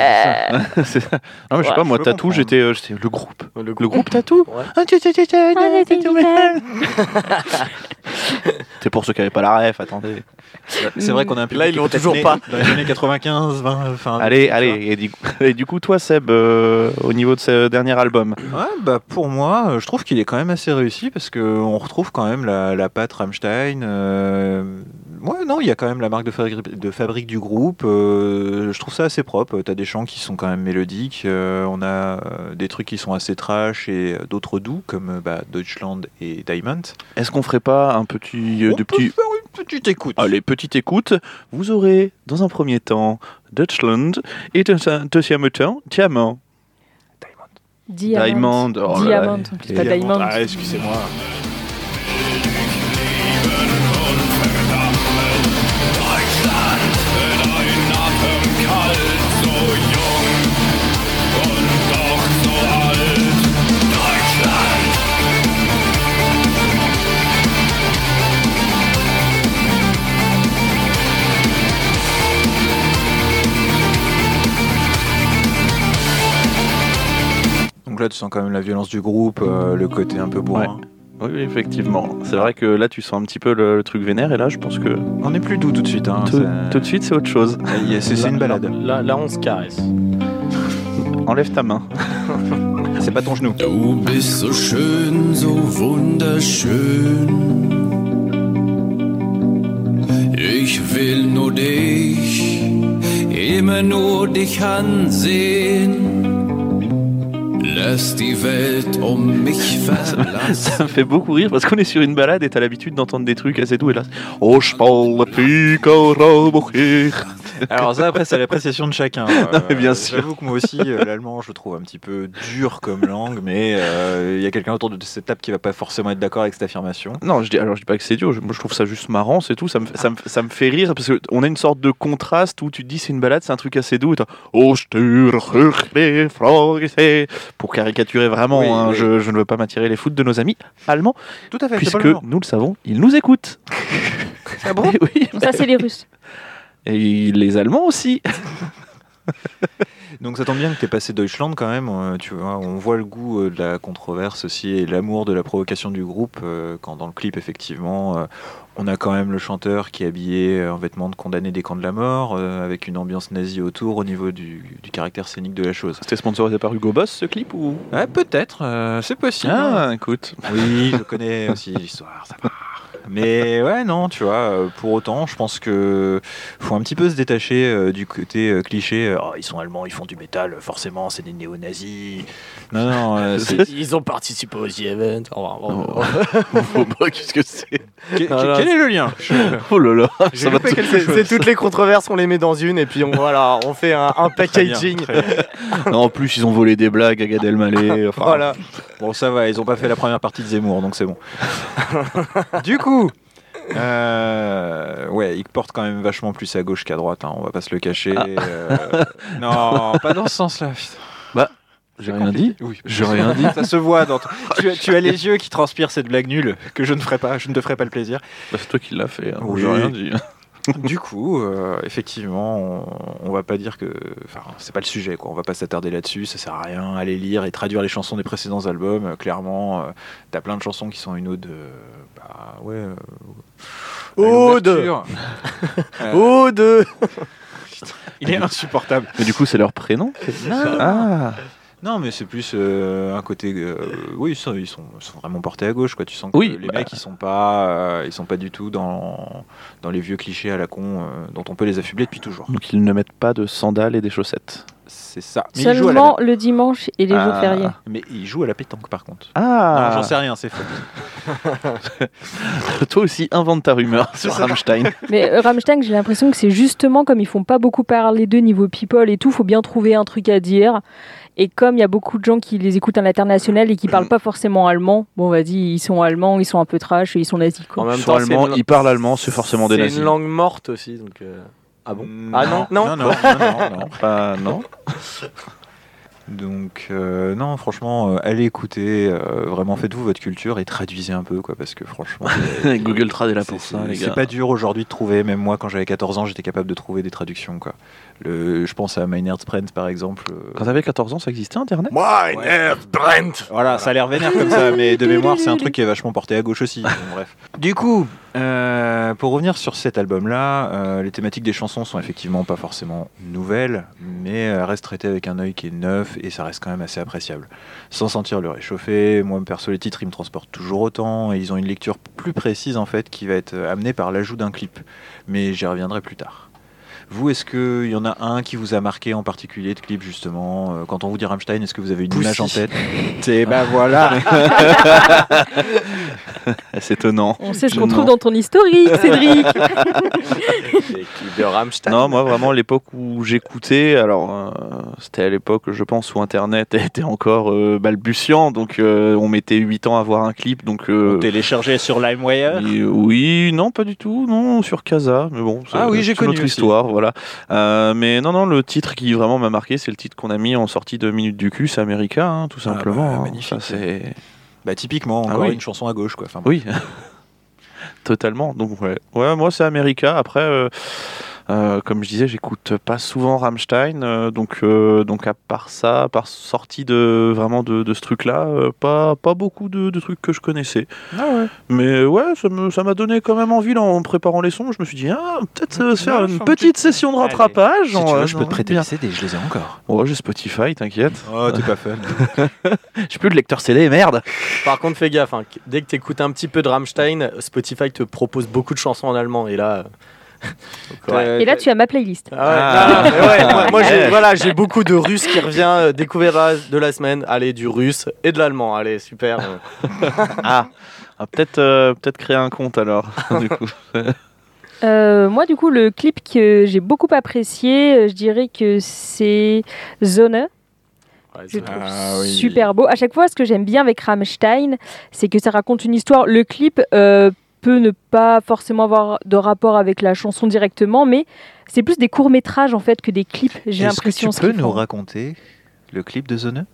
[SPEAKER 9] Euh,
[SPEAKER 1] Ouais.
[SPEAKER 2] c'est ça. <laughs> C'est ça. Non, mais je sais
[SPEAKER 1] Ouais,
[SPEAKER 2] pas, moi,
[SPEAKER 1] je peux
[SPEAKER 2] tatou,
[SPEAKER 1] comprendre.
[SPEAKER 2] j'étais euh, j'étais le groupe.
[SPEAKER 3] Le
[SPEAKER 2] Le groupe tatou
[SPEAKER 3] Ouais.
[SPEAKER 2] Ah, tu- tu- tu- tu-
[SPEAKER 4] ouais.
[SPEAKER 2] tatou, <laughs> C'est pour ceux qui n'avaient pas la ref, attendez.
[SPEAKER 1] C'est vrai qu'on a un public
[SPEAKER 3] Là, ils
[SPEAKER 1] qui est
[SPEAKER 3] l'ont
[SPEAKER 1] peut-être
[SPEAKER 3] toujours
[SPEAKER 1] né
[SPEAKER 3] pas.
[SPEAKER 1] Dans les années 95, 20, enfin.
[SPEAKER 2] Allez, allez, et du, coup- <laughs> et du coup, toi, Seb, euh, au niveau de ce dernier album,
[SPEAKER 1] Ouais, bah pour moi, euh, je trouve qu'il est quand même assez réussi parce que on retrouve quand même la, la patte Rammstein. euh, Ouais, non, il y a quand même la marque de, fabri- de fabrique du groupe. euh, Je trouve ça assez propre. T'as des chants qui sont quand même mélodiques. euh, On a euh, des trucs qui sont assez trash et euh, d'autres doux comme euh, bah, Deutschland et Diamond.
[SPEAKER 2] est-ce qu'on ferait pas un petit, euh,
[SPEAKER 1] On
[SPEAKER 2] de
[SPEAKER 1] peut
[SPEAKER 2] petits-
[SPEAKER 1] faire une petite écoute.
[SPEAKER 2] Allez, petite écoute. Vous aurez, dans un premier temps, Dutchland et dans un deuxième temps, Diamant.
[SPEAKER 4] Diamond.
[SPEAKER 2] Diamond. oh là là.
[SPEAKER 4] Diamond. C'est pas
[SPEAKER 2] Et-
[SPEAKER 4] Diamond.
[SPEAKER 1] excusez-moi. Donc là, tu sens quand même la violence du groupe, euh, le côté un peu bourrin.
[SPEAKER 2] Oui, oui, effectivement. C'est vrai que là, tu sens un petit peu le, le truc vénère, et là, je pense que
[SPEAKER 1] On est plus doux tout de suite. hein,
[SPEAKER 2] tout,
[SPEAKER 1] ça-
[SPEAKER 2] tout de suite, c'est autre chose.
[SPEAKER 1] Il y a- <laughs> C'est c'est une balade.
[SPEAKER 3] Là, là, on se caresse.
[SPEAKER 2] Enlève ta main.
[SPEAKER 1] <laughs> C'est pas ton genou.
[SPEAKER 10] Du bist so schön, so wunderschön. Ich will nur dich, immer nur dich ansehen. Lass die Welt um mich verlassen.
[SPEAKER 2] Ça me fait beaucoup rire parce qu'on est sur une balade et t'as l'habitude d'entendre des trucs assez doux et là. Oh, je parle plus qu'au Robochir.
[SPEAKER 1] Alors ça, après, c'est l'appréciation de <laughs> chacun. Euh,
[SPEAKER 2] mais bien sûr.
[SPEAKER 1] J'avoue que moi aussi, euh, l'allemand, je le trouve un petit peu dur comme langue, mais euh, il y a quelqu'un autour de cette table qui va pas forcément être d'accord avec cette affirmation.
[SPEAKER 2] Non, je dis, alors je dis pas que c'est dur, je- moi je trouve ça juste marrant, c'est tout. Ça me, ça, me, ça me fait rire parce qu'on a une sorte de contraste où tu te dis c'est une balade, c'est un truc assez doux. et t'as, Oh, je te refroidissais. Pour caricaturer vraiment,
[SPEAKER 1] Oui,
[SPEAKER 2] hein,
[SPEAKER 1] oui.
[SPEAKER 2] Je, je ne veux pas m'attirer les foutes de nos amis allemands,
[SPEAKER 1] Tout à fait. c'est pas
[SPEAKER 2] puisque
[SPEAKER 1] le genre.
[SPEAKER 2] nous le savons, ils nous écoutent.
[SPEAKER 1] Ah bon
[SPEAKER 2] Eh <laughs> oui,
[SPEAKER 4] Ça, c'est les Russes.
[SPEAKER 2] et les Allemands aussi.
[SPEAKER 1] Donc ça tombe bien que t'es passé Deutschland quand même. euh, tu vois, on voit le goût euh, de la controverse aussi et l'amour de la provocation du groupe euh, quand dans le clip effectivement. euh, on a quand même le chanteur qui est habillé euh, en vêtements de condamné des camps de la mort, euh, avec une ambiance nazie autour au niveau du- du caractère scénique de la chose.
[SPEAKER 2] C'était sponsorisé par Hugo Boss ce clip ou
[SPEAKER 1] Ouais, peut-être, euh, c'est possible.
[SPEAKER 2] Ah, écoute.
[SPEAKER 1] Oui, je connais aussi l'histoire, ça va. Mais ouais, non, tu vois, euh, pour autant, je pense que faut un petit peu se détacher euh, du côté euh, cliché. euh, Oh, ils sont allemands, ils font du métal, forcément, c'est des néo-nazis. Non, non,
[SPEAKER 2] <laughs>
[SPEAKER 1] euh, c'est-
[SPEAKER 3] Ils ont participé au The Event. Oh, Ah, oh, oh. <laughs>
[SPEAKER 2] Qu'est-ce que c'est
[SPEAKER 1] Quel-
[SPEAKER 3] Non, non,
[SPEAKER 1] quel est le lien
[SPEAKER 2] <laughs> Oh là là,
[SPEAKER 3] Ah,
[SPEAKER 2] ça va
[SPEAKER 3] C'est- C'est toutes les controverses, on les met dans une et puis on, voilà, on fait un, un
[SPEAKER 1] Très bien,
[SPEAKER 3] packaging.
[SPEAKER 1] très bien.
[SPEAKER 2] Non, en plus, ils ont volé des blagues à Gad Elmaleh. Enfin,
[SPEAKER 3] Voilà.
[SPEAKER 1] Bon, ça va, ils ont pas fait la première partie de Zemmour, donc
[SPEAKER 2] <laughs>
[SPEAKER 1] c'est bon. du coup, euh, ouais, ils portent quand même vachement plus à gauche qu'à droite, hein, on va pas se le cacher.
[SPEAKER 2] Ah.
[SPEAKER 1] euh, non, pas dans ce sens-là. putain.
[SPEAKER 2] J'ai rien dit.
[SPEAKER 1] Oui,
[SPEAKER 2] J'ai rien dit.
[SPEAKER 1] Ça se voit dans ton- tu, as, tu as les yeux qui transpirent cette blague nulle que je ne ferai pas, je ne te ferai pas le plaisir.
[SPEAKER 2] Bah, c'est toi qui l'as fait. hein.
[SPEAKER 1] Oui.
[SPEAKER 2] J'ai rien dit.
[SPEAKER 1] Du coup, euh, effectivement, on, on va pas dire que, enfin, c'est pas le sujet quoi. On va pas s'attarder là-dessus, ça sert à rien. Aller lire et traduire les chansons des précédents albums, euh, clairement, euh, t'as plein de chansons qui sont une ode, euh, bah ouais, euh, à
[SPEAKER 3] Ode.
[SPEAKER 1] l'ouverture. Euh,
[SPEAKER 3] Oh, deux
[SPEAKER 1] Il <laughs> est insupportable.
[SPEAKER 2] Mais du coup, c'est leur prénom Ah
[SPEAKER 1] Non, mais c'est plus euh, un côté. euh, oui, ils sont, ils sont- ils sont vraiment portés à gauche, quoi. Tu sens que
[SPEAKER 2] Oui,
[SPEAKER 1] les
[SPEAKER 2] bah.
[SPEAKER 1] mecs, ils sont pas, euh, ils sont pas du tout dans dans les vieux clichés à la con euh, dont on peut les affubler depuis toujours.
[SPEAKER 2] Donc, ils ne mettent pas de sandales et des chaussettes.
[SPEAKER 1] c'est ça. Mais il joue à la...
[SPEAKER 9] Seulement le dimanche et les jours
[SPEAKER 2] Ah.
[SPEAKER 9] fériés.
[SPEAKER 1] Mais il joue à la pétanque par contre.
[SPEAKER 2] Ah
[SPEAKER 1] Non, j'en sais rien, c'est faux.
[SPEAKER 2] Toi aussi, invente ta rumeur sur <laughs> Rammstein.
[SPEAKER 9] Mais euh, Rammstein, j'ai l'impression que c'est justement comme ils font pas beaucoup parler d'eux niveau people et tout, faut bien trouver un truc à dire. Et comme il y a beaucoup de gens qui les écoutent à l'international et qui parlent pas forcément allemand, bon, vas-y, ils sont allemands, ils sont un peu trash et ils sont nazis, quoi.
[SPEAKER 3] En même
[SPEAKER 2] Ils sont
[SPEAKER 3] temps, c'est
[SPEAKER 2] allemands,
[SPEAKER 3] une-
[SPEAKER 2] ils parlent allemand, c'est forcément des nazis.
[SPEAKER 3] C'est une langue morte aussi, donc. euh, Ah bon Ah non,
[SPEAKER 1] Mm. non, non, non, non, non.
[SPEAKER 2] Ah non.
[SPEAKER 1] Donc euh, non, franchement, euh, allez écouter, euh, vraiment faites-vous votre culture et traduisez un peu, quoi, parce que franchement,
[SPEAKER 2] <laughs> Google Trad est là
[SPEAKER 1] c'est-
[SPEAKER 2] pour ça,
[SPEAKER 1] c'est
[SPEAKER 2] les
[SPEAKER 1] c'est
[SPEAKER 2] gars.
[SPEAKER 1] pas dur aujourd'hui de trouver. Même moi, quand j'avais 14 ans, j'étais capable de trouver des traductions, quoi. Le, je pense à Meinerzbrand, par exemple. euh,
[SPEAKER 2] Quand t'avais 14 ans, ça existait Internet
[SPEAKER 7] Moi, Brent
[SPEAKER 1] Voilà, ça a l'air vénère comme ça, mais de mémoire, c'est un truc qui est vachement porté à gauche aussi. <laughs> Bon, bref. Du coup, euh, pour revenir sur cet album-là, euh, les thématiques des chansons sont effectivement pas forcément nouvelles, mais euh, restent traitées avec un œil qui est neuf et ça reste quand même assez appréciable. Sans sentir le réchauffer, moi perso, les titres ils me transportent toujours autant et ils ont une lecture plus précise en fait qui va être euh, amenée par l'ajout d'un clip. Mais j'y reviendrai plus tard. Vous, est-ce qu'il y en a un qui vous a marqué en particulier de clip justement Euh, Quand on vous dit Rammstein, est-ce que vous avez une
[SPEAKER 3] Pussy.
[SPEAKER 1] image en tête Et ben voilà
[SPEAKER 2] Eh, C'est étonnant.
[SPEAKER 9] On sait ce
[SPEAKER 2] Je
[SPEAKER 9] qu'on
[SPEAKER 2] non.
[SPEAKER 9] trouve dans ton historique, Cédric.
[SPEAKER 3] Les clips de Rammstein.
[SPEAKER 2] Non, moi vraiment l'époque où j'écoutais, alors euh, c'était à l'époque, je pense, où Internet <laughs> était encore euh, balbutiant, donc euh, on mettait 8 ans à voir un clip, donc... euh,
[SPEAKER 1] Téléchargé sur LimeWire
[SPEAKER 2] Et- oui, non, pas du tout, non, sur Casa, mais bon, c'est-
[SPEAKER 1] Ah oui, j'ai
[SPEAKER 2] c'est une
[SPEAKER 1] connu
[SPEAKER 2] autre
[SPEAKER 1] aussi.
[SPEAKER 2] histoire, voilà. Euh, mais non, non, le titre qui vraiment m'a marqué, c'est le titre qu'on a mis en sortie de Minute du cul, c'est America, hein, tout
[SPEAKER 1] bah,
[SPEAKER 2] simplement. hein.
[SPEAKER 1] magnifique.
[SPEAKER 2] Ça, c'est...
[SPEAKER 1] Bah typiquement,
[SPEAKER 2] Ah
[SPEAKER 1] encore
[SPEAKER 2] oui.
[SPEAKER 1] une chanson à gauche quoi. Enfin, bon.
[SPEAKER 2] Oui, <laughs> totalement. Donc ouais, ouais moi c'est America. Après, euh, euh, comme je disais, j'écoute pas souvent Rammstein. euh, donc euh, donc à part ça, à part sortie de vraiment de, de ce truc-là, euh, pas pas beaucoup de, de trucs que je connaissais. Mais Ah ouais, ça me- ça m'a donné quand même envie là, en préparant les sons. Je me suis dit ah peut-être euh, se faire
[SPEAKER 1] Non,
[SPEAKER 2] une
[SPEAKER 1] faut-
[SPEAKER 2] petite session de
[SPEAKER 1] Allez.
[SPEAKER 2] rattrapage.
[SPEAKER 1] Si tu
[SPEAKER 2] en-
[SPEAKER 1] veux, je
[SPEAKER 2] en-
[SPEAKER 1] peux te prêter
[SPEAKER 2] bien.
[SPEAKER 1] les CD, je les ai encore.
[SPEAKER 2] Oh j'ai Spotify, t'inquiète.
[SPEAKER 1] <laughs> Oh, t'es pas fun.
[SPEAKER 2] J'ai plus de lecteur CD, merde.
[SPEAKER 3] Par contre, fais gaffe, hein, dès que t'écoutes un petit peu de Rammstein, Spotify te propose beaucoup de chansons en allemand. Et <laughs> là. euh, ouais.
[SPEAKER 9] Et là, tu as ma playlist.
[SPEAKER 3] Ah ouais,
[SPEAKER 2] Ah.
[SPEAKER 3] non, non, mais ouais, moi, moi, j'ai
[SPEAKER 2] Eh.
[SPEAKER 3] voilà, j'ai beaucoup de russe qui revient euh, découvrir la- de la semaine. Allez, du russe et de l'allemand. Allez, super. euh.
[SPEAKER 2] Ah. Ah, peut-être euh, peut-être créer un compte alors <laughs> du coup.
[SPEAKER 9] Euh, moi, du coup, le clip que j'ai beaucoup apprécié, euh, je dirais que c'est Zone.
[SPEAKER 3] Ouais,
[SPEAKER 9] Je
[SPEAKER 3] c'est-
[SPEAKER 9] le trouve
[SPEAKER 1] Ah oui.
[SPEAKER 9] super beau. À chaque fois, ce que j'aime bien avec Rammstein, c'est que ça raconte une histoire. Le clip euh, peut ne pas forcément avoir de rapport avec la chanson directement, mais c'est plus des courts-métrages en fait que des clips. J'ai
[SPEAKER 1] Est-ce que tu
[SPEAKER 9] l'impression. ce
[SPEAKER 1] peux
[SPEAKER 9] qu'ils
[SPEAKER 1] nous
[SPEAKER 9] font.
[SPEAKER 1] raconter le clip de Zone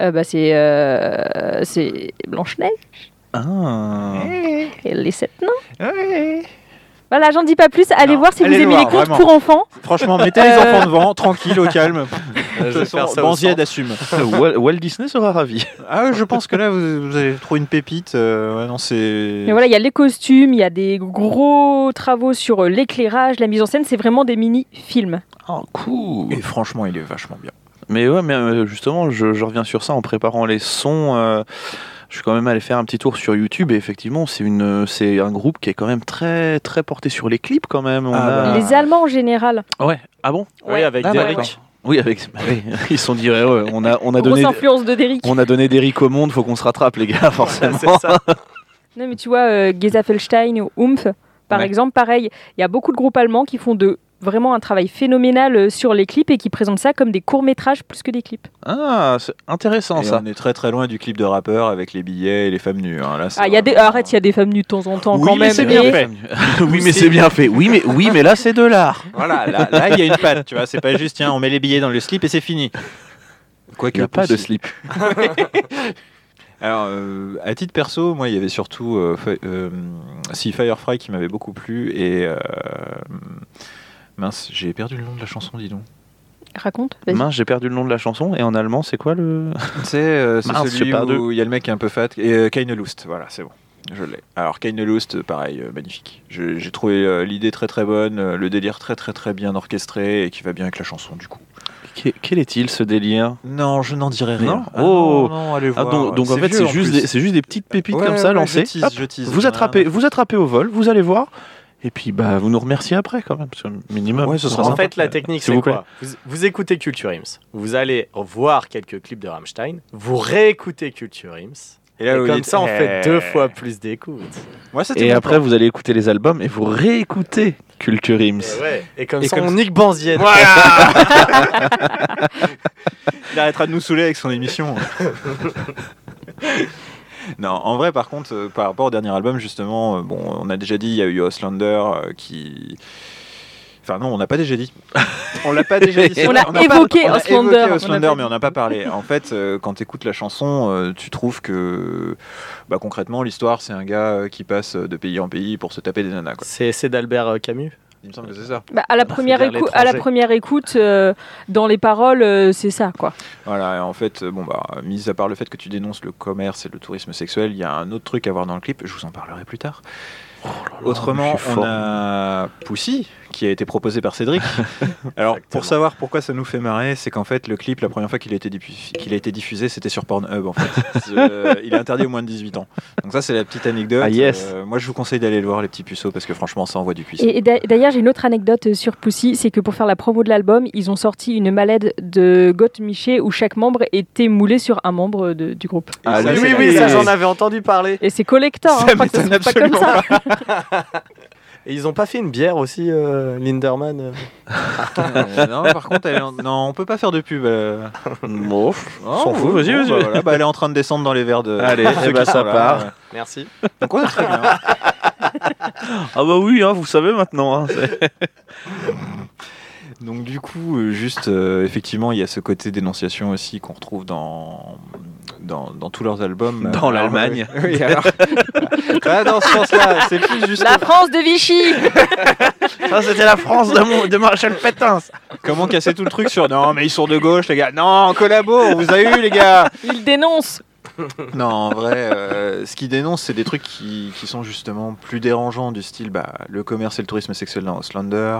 [SPEAKER 9] Euh, bah, c'est euh, c'est Blanche-Neige
[SPEAKER 2] Ah.
[SPEAKER 9] et les sept nains.
[SPEAKER 1] Ah.
[SPEAKER 9] Voilà, j'en dis pas plus. Allez
[SPEAKER 1] Non,
[SPEAKER 9] voir si
[SPEAKER 1] allez
[SPEAKER 9] vous
[SPEAKER 1] le
[SPEAKER 9] aimez
[SPEAKER 1] voir,
[SPEAKER 9] les contes
[SPEAKER 1] vraiment.
[SPEAKER 9] pour enfants. Euh,
[SPEAKER 1] Franchement, mettez les enfants <laughs> devant, tranquille, au calme.
[SPEAKER 3] Je vais
[SPEAKER 1] De toute
[SPEAKER 3] faire
[SPEAKER 1] façon,
[SPEAKER 3] ça au
[SPEAKER 1] Banzied
[SPEAKER 3] centre.
[SPEAKER 1] assume.
[SPEAKER 2] Wal- <laughs> Walt Disney sera ravi.
[SPEAKER 1] Ah, ouais, je pense que là, vous, vous allez trouver une pépite. euh, ouais, non, c'est.
[SPEAKER 9] Mais voilà, il y a les costumes, il y a des gros travaux sur euh, l'éclairage, la mise en scène. C'est vraiment des mini-films.
[SPEAKER 2] Oh, cool.
[SPEAKER 1] Et franchement, il est vachement bien.
[SPEAKER 2] Mais ouais, mais euh, justement, je, je reviens sur ça en préparant les sons. euh, je suis quand même allé faire un petit tour sur YouTube et effectivement, c'est une, euh, c'est un groupe qui est quand même très, très porté sur les clips quand même. On
[SPEAKER 1] Ah
[SPEAKER 2] a-
[SPEAKER 9] Les Allemands en général.
[SPEAKER 2] Ouais. Ah bon
[SPEAKER 3] Oui, avec
[SPEAKER 2] Ah,
[SPEAKER 3] Derek.
[SPEAKER 2] d'accord. Oui, avec. <laughs> bah oui, Ils se sont dit, ouais, ouais, on a, on a
[SPEAKER 9] Grosse
[SPEAKER 2] donné,
[SPEAKER 9] influence de Derrick.
[SPEAKER 2] on a donné Derrick au monde, faut qu'on se rattrape, les gars, forcément.
[SPEAKER 3] <laughs> C'est ça.
[SPEAKER 9] Non, mais tu vois, euh, Gezafelstein ou Humpf, par
[SPEAKER 2] Ouais.
[SPEAKER 9] exemple, pareil, il y a beaucoup de groupes allemands qui font de vraiment un travail phénoménal euh, sur les clips et qui présentent ça comme des courts-métrages plus que des clips.
[SPEAKER 2] Ah, c'est intéressant
[SPEAKER 1] Et
[SPEAKER 2] ça.
[SPEAKER 1] On est très très loin du clip de rappeur avec les billets et les femmes nues. hein. Là, c'est
[SPEAKER 9] Ah, il y a des...
[SPEAKER 1] vraiment-
[SPEAKER 9] Arrête, il y a des femmes nues de temps en temps
[SPEAKER 1] Oui,
[SPEAKER 9] quand
[SPEAKER 1] mais
[SPEAKER 9] même.
[SPEAKER 1] c'est bien
[SPEAKER 9] Et-
[SPEAKER 1] fait.
[SPEAKER 2] <laughs> oui, mais c'est bien fait. Oui, mais, oui, mais là, c'est de l'art.
[SPEAKER 1] Voilà, là, là, il y a une patte, tu vois. C'est pas juste, tiens, on met les billets dans le slip et c'est fini. Quoique.
[SPEAKER 2] Il n'y a pas de
[SPEAKER 1] possible.
[SPEAKER 2] slip.
[SPEAKER 1] <laughs> Alors, euh, à titre perso, moi, il y avait surtout euh, Fi- euh, si Firefly qui m'avait beaucoup plu et euh, mince, j'ai perdu le nom de la chanson, dis donc.
[SPEAKER 9] Raconte, vas-y.
[SPEAKER 2] Mince, j'ai perdu le nom de la chanson et en allemand, c'est quoi le. <laughs>
[SPEAKER 1] C'est euh, c'est
[SPEAKER 2] Mince, je
[SPEAKER 1] celui
[SPEAKER 2] sais pas, deux.
[SPEAKER 1] où il y a le mec qui est un peu fat et euh, Keine Lust. Voilà, c'est bon. Je l'ai. Alors Keine Lust, euh, pareil, euh, magnifique. Je- J'ai trouvé euh, l'idée très très bonne, euh, le délire très très très bien orchestré et qui va bien avec la chanson du coup.
[SPEAKER 2] Qu- Quel est-il ce délire
[SPEAKER 1] Non, je n'en dirai rien.
[SPEAKER 2] Non
[SPEAKER 1] Ah non,
[SPEAKER 2] Oh.
[SPEAKER 1] non, allez
[SPEAKER 2] Ah,
[SPEAKER 1] voir.
[SPEAKER 2] donc, donc en fait,
[SPEAKER 1] vieux,
[SPEAKER 2] c'est juste,
[SPEAKER 1] plus.
[SPEAKER 2] des- c'est juste des petites pépites
[SPEAKER 1] Ouais,
[SPEAKER 2] comme ça
[SPEAKER 1] ouais,
[SPEAKER 2] lancées.
[SPEAKER 1] Je tease,
[SPEAKER 2] Hop,
[SPEAKER 1] je tease.
[SPEAKER 2] vous attrapez, vous attrapez au vol, vous allez voir. Et puis, bah, vous nous remerciez après, quand même, parce que minimum.
[SPEAKER 1] Ouais, ce sera
[SPEAKER 3] en
[SPEAKER 1] sympa.
[SPEAKER 3] fait, la technique,
[SPEAKER 2] S'il
[SPEAKER 3] c'est
[SPEAKER 2] vous plaît.
[SPEAKER 3] quoi vous, vous écoutez Culture Ims, vous allez voir quelques clips de Rammstein, vous réécoutez Culture Ims,
[SPEAKER 1] Et
[SPEAKER 3] et,
[SPEAKER 1] là, vous
[SPEAKER 3] comme
[SPEAKER 1] dites,
[SPEAKER 3] ça, on fait
[SPEAKER 1] eh.
[SPEAKER 3] deux fois plus d'écoutes.
[SPEAKER 1] Moi, c'était
[SPEAKER 2] Et
[SPEAKER 1] mon
[SPEAKER 2] après, vous allez écouter les albums et vous réécoutez Culture Ims.
[SPEAKER 3] Et, Ah ouais, <laughs> et comme
[SPEAKER 2] Eh Et
[SPEAKER 3] ça,
[SPEAKER 2] comme
[SPEAKER 3] on
[SPEAKER 2] ça-
[SPEAKER 3] nique Banzienne. <laughs>
[SPEAKER 1] Il arrêtera de nous saouler avec son émission. <laughs> Non, en vrai, par contre, euh, par rapport au dernier album, justement, euh, bon, on a déjà dit, il y a eu Oslander euh, qui. Enfin, non, on n'a pas déjà dit. <laughs> on l'a pas déjà dit. <laughs> c'est
[SPEAKER 4] On
[SPEAKER 1] vrai,
[SPEAKER 4] a
[SPEAKER 1] n'a pas-
[SPEAKER 4] évoqué
[SPEAKER 1] on a
[SPEAKER 4] Auslander, on
[SPEAKER 1] évoqué
[SPEAKER 4] a
[SPEAKER 1] Auslander,
[SPEAKER 4] pas
[SPEAKER 1] mais on n'a pas parlé. En fait, euh, quand tu écoutes la chanson, euh, tu trouves que, bah, concrètement, l'histoire, c'est un gars euh, qui passe de pays en pays pour se taper des nanas. Quoi.
[SPEAKER 3] C'est c'est d'Albert euh, Camus.
[SPEAKER 1] Il me semble que c'est ça.
[SPEAKER 9] Bah, à, la première
[SPEAKER 3] vers
[SPEAKER 9] écou- à la
[SPEAKER 3] l'étranger.
[SPEAKER 9] première écoute, euh, dans les paroles, euh, c'est ça, quoi.
[SPEAKER 1] Voilà, et en fait, euh, bon bah, mis à part le fait que tu dénonces le commerce et le tourisme sexuel, il y a un autre truc à voir dans le clip, je vous en parlerai plus tard. Autrement,
[SPEAKER 2] mais c'est
[SPEAKER 1] on
[SPEAKER 2] fort.
[SPEAKER 1] a Poussy, qui a été proposé par Cédric. Alors, pour savoir pourquoi ça nous fait marrer, c'est qu'en fait, le clip, la première fois qu'il a été, diffu- qu'il a été diffusé, c'était sur Pornhub, en fait. C'est, euh, il est interdit aux moins de 18 ans. Donc ça, c'est la petite anecdote.
[SPEAKER 2] Ah, yes.
[SPEAKER 1] Euh, moi, je vous conseille d'aller le voir, les petits puceaux, parce que franchement, ça envoie du cuisson.
[SPEAKER 9] Et, et d'a- d'ailleurs, j'ai une autre anecdote euh, sur Pussy, c'est que pour faire la promo de l'album, ils ont sorti une mallette de Goth Miché où chaque membre était moulé sur un membre euh, de- du groupe.
[SPEAKER 2] Ah,
[SPEAKER 1] ça,
[SPEAKER 2] lui,
[SPEAKER 1] c'est
[SPEAKER 3] oui,
[SPEAKER 1] la-
[SPEAKER 3] oui, ça,
[SPEAKER 2] Et-
[SPEAKER 3] j'en avais entendu parler.
[SPEAKER 9] Et c'est collector, hein,
[SPEAKER 1] Ça
[SPEAKER 9] je crois que ça
[SPEAKER 1] m'étonne
[SPEAKER 9] se fait pas comme ça.
[SPEAKER 3] Et ils ont pas fait une bière aussi, euh, Linderman euh
[SPEAKER 1] Euh, <laughs> non, par contre, elle est en- non, on peut pas faire de pub. euh.
[SPEAKER 2] <laughs> Bon,
[SPEAKER 1] Oh,
[SPEAKER 2] s'en fout,
[SPEAKER 1] oui,
[SPEAKER 2] vas-y,
[SPEAKER 1] bon,
[SPEAKER 2] vas-y.
[SPEAKER 1] bah voilà, bah elle est en train de descendre dans les verres de. <laughs>
[SPEAKER 2] Allez,
[SPEAKER 1] de ceux
[SPEAKER 2] eh
[SPEAKER 1] qui
[SPEAKER 2] bah,
[SPEAKER 1] sont
[SPEAKER 2] ça
[SPEAKER 1] là.
[SPEAKER 2] part.
[SPEAKER 3] Merci.
[SPEAKER 1] Donc, ouais, très bien.
[SPEAKER 2] Ah bah oui, hein, vous savez maintenant. hein, c'est-
[SPEAKER 1] Donc, du coup, euh, juste, euh, effectivement, il y a ce côté dénonciation aussi qu'on retrouve dans. Dans, dans tous leurs albums.
[SPEAKER 2] Dans
[SPEAKER 1] Alors,
[SPEAKER 2] l'Allemagne.
[SPEAKER 1] euh, Oui, alors. <laughs> Ah, dans ce sens-là, c'est plus juste.
[SPEAKER 9] La France de Vichy
[SPEAKER 2] Ça, c'était la France de, mon- de Maréchal Pétain. ça.
[SPEAKER 1] Comment casser tout le truc sur. Non, mais ils sont de gauche, les gars. Non, collabo, on vous a eu, les gars.
[SPEAKER 9] Ils dénoncent
[SPEAKER 1] Non, en vrai, euh, ce qu'ils dénoncent, c'est des trucs qui, qui sont justement plus dérangeants, du style bah, le commerce et le tourisme sexuel dans Auslander.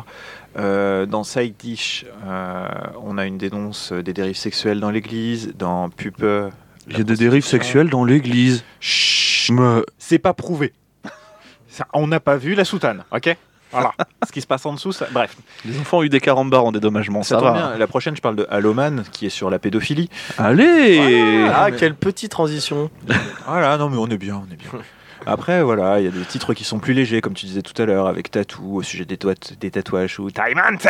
[SPEAKER 1] Euh, dans Side Dish, euh, on a une dénonce des dérives sexuelles dans l'église. Dans Pupe.
[SPEAKER 2] Il y a des dérives sexuelles dans l'église.
[SPEAKER 1] Chut
[SPEAKER 2] Mais
[SPEAKER 1] C'est pas prouvé. Ça, on n'a pas vu la soutane, ok
[SPEAKER 2] <laughs>
[SPEAKER 1] Voilà. ce qui se passe en dessous, ça. Bref.
[SPEAKER 2] les enfants ont eu des carambars en dédommagement,
[SPEAKER 1] Ça
[SPEAKER 2] ça,
[SPEAKER 1] tombe
[SPEAKER 2] va.
[SPEAKER 1] bien. La prochaine, je parle de Haloman, qui est sur la pédophilie.
[SPEAKER 2] Allez
[SPEAKER 3] Ah,
[SPEAKER 1] mais-
[SPEAKER 3] quelle petite transition.
[SPEAKER 1] Voilà, non, mais on est bien, on est bien. <laughs> Après, voilà, il y a des titres qui sont plus légers, comme tu disais tout à l'heure, avec Tatou, au sujet des, toi- des tatouages ou Taimante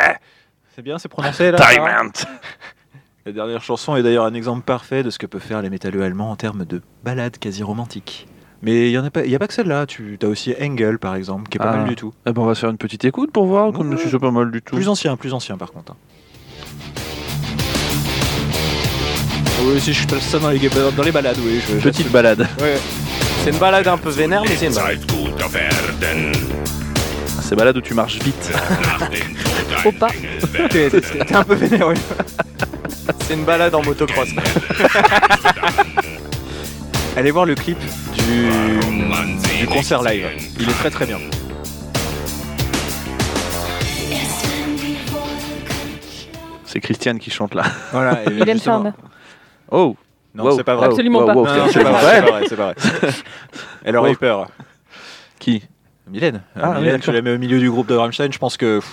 [SPEAKER 1] C'est bien, c'est prononcé là ça
[SPEAKER 2] Tyrant
[SPEAKER 1] <laughs> La dernière chanson est d'ailleurs un exemple parfait de ce que peuvent faire les métalleux allemands en termes de balades quasi romantiques. Mais il n'y a, pas- il y a pas que celle-là, tu as aussi Engel par exemple, qui est pas
[SPEAKER 2] Ah.
[SPEAKER 1] mal du tout.
[SPEAKER 2] Eh ben, on va se faire une petite écoute pour voir, comme
[SPEAKER 1] Ouais.
[SPEAKER 2] c'est pas mal du tout.
[SPEAKER 1] Plus ancien, plus ancien par contre. hein. Oui, si je passe ça dans les, dans les balades, oui. Je,
[SPEAKER 2] Petite balade.
[SPEAKER 3] C'est une balade un peu vénère, mais c'est une balade.
[SPEAKER 7] Zeit guter werden.
[SPEAKER 2] C'est balade où tu marches vite.
[SPEAKER 7] Nach dem Tod
[SPEAKER 9] Opa.
[SPEAKER 7] ein Engel werden.
[SPEAKER 1] T'es un peu vénère, oui.
[SPEAKER 3] C'est une balade en motocross.
[SPEAKER 1] Allez voir le clip du,
[SPEAKER 7] Man sieht
[SPEAKER 1] du concert
[SPEAKER 7] nichts
[SPEAKER 1] live.
[SPEAKER 7] sehen.
[SPEAKER 1] Il est très très bien.
[SPEAKER 2] C'est Christiane qui chante là. <laughs>
[SPEAKER 1] Voilà. et
[SPEAKER 9] Mylène
[SPEAKER 1] justement-
[SPEAKER 9] Farmer.
[SPEAKER 2] Oh
[SPEAKER 1] Non,
[SPEAKER 2] Wow.
[SPEAKER 1] c'est pas vrai.
[SPEAKER 9] Absolument. pas.
[SPEAKER 1] Non, non, c'est pas vrai. C'est pas vrai. c'est pas vrai. Elle aurait eu
[SPEAKER 2] Wow.
[SPEAKER 1] peur.
[SPEAKER 2] Qui
[SPEAKER 1] Mylène.
[SPEAKER 2] Ah, oui,
[SPEAKER 1] Mylène,
[SPEAKER 2] d'accord.
[SPEAKER 1] tu la mets au milieu du groupe de Rammstein, je pense que. pff,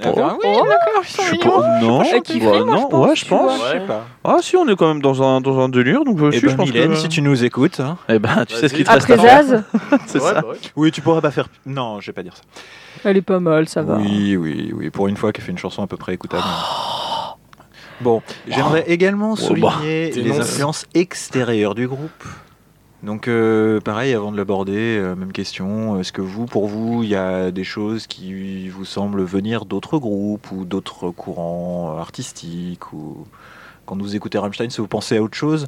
[SPEAKER 1] elle fait, ah oui,
[SPEAKER 9] Oh,
[SPEAKER 2] je suis pas... Non,
[SPEAKER 9] je kifferais,
[SPEAKER 2] ouais,
[SPEAKER 9] moi, je
[SPEAKER 2] non,
[SPEAKER 9] pense,
[SPEAKER 2] ouais, je
[SPEAKER 9] tu
[SPEAKER 2] pense.
[SPEAKER 9] vois.
[SPEAKER 1] je sais pas.
[SPEAKER 2] Ah si, on est quand même dans un, dans un délire, donc euh,
[SPEAKER 1] Eh
[SPEAKER 2] si,
[SPEAKER 1] ben,
[SPEAKER 2] je pense
[SPEAKER 1] Mylène,
[SPEAKER 2] que...
[SPEAKER 1] si tu nous écoutes. hein.
[SPEAKER 2] Eh ben, tu sais ce qu'il te reste
[SPEAKER 9] Après
[SPEAKER 2] à faire,
[SPEAKER 9] Zaz,
[SPEAKER 2] c'est
[SPEAKER 3] Ouais,
[SPEAKER 2] ça.
[SPEAKER 3] bah ouais.
[SPEAKER 1] Oui, tu pourras pas faire. Non, je vais pas dire ça.
[SPEAKER 9] elle est pas mal, ça va.
[SPEAKER 1] Oui, oui, oui. Pour une fois qu'elle fait une chanson à peu près écoutable. <gasps> Ah. Oh, Bon, j'aimerais également souligner les
[SPEAKER 3] dénonce.
[SPEAKER 1] influences extérieures du groupe. Donc, euh, pareil, avant de l'aborder, euh, même question. Est-ce que vous, pour vous, il y a des choses qui vous semblent venir d'autres groupes ou d'autres courants euh, artistiques ou quand vous écoutez Rammstein, si vous pensez à autre chose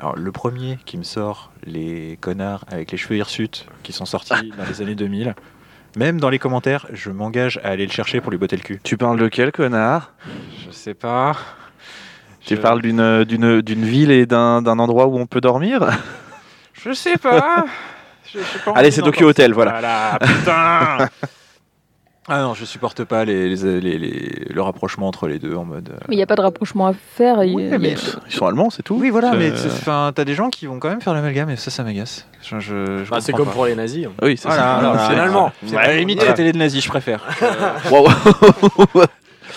[SPEAKER 1] Alors, le premier qui me sort, les connards avec les cheveux hirsutes qui sont sortis <laughs> dans les années 2000. Même dans les commentaires, je m'engage à aller le chercher pour lui botter le cul.
[SPEAKER 2] Tu parles de quel connard
[SPEAKER 1] Je sais pas.
[SPEAKER 2] Tu parles d'une, euh, d'une, d'une ville et d'un, d'un endroit où on peut dormir
[SPEAKER 1] Je sais pas.
[SPEAKER 2] Allez, c'est Tokyo Hotel, voilà.
[SPEAKER 1] Voilà, putain Ah non, je supporte pas les, les- les- les- le rapprochement entre les deux en mode. euh,
[SPEAKER 9] Mais il n'y a pas de rapprochement à faire. il- il y a-
[SPEAKER 2] Ils sont allemands, c'est tout.
[SPEAKER 1] Oui, voilà,
[SPEAKER 2] C'est-
[SPEAKER 1] mais c'est- enfin, t'as des gens qui vont quand même faire l'amalgame et ça, ça m'agace. Je- je- je
[SPEAKER 3] Bah, c'est
[SPEAKER 1] comprends
[SPEAKER 3] comme
[SPEAKER 1] pas.
[SPEAKER 3] pour les nazis. hein.
[SPEAKER 2] Oui, c'est
[SPEAKER 1] Voilà,
[SPEAKER 2] ça.
[SPEAKER 1] voilà,
[SPEAKER 2] C'est-
[SPEAKER 1] voilà.
[SPEAKER 3] allemand.
[SPEAKER 1] C'est à la limite
[SPEAKER 2] Voilà.
[SPEAKER 1] traiter les nazis, je préfère.
[SPEAKER 2] <laughs> Wow.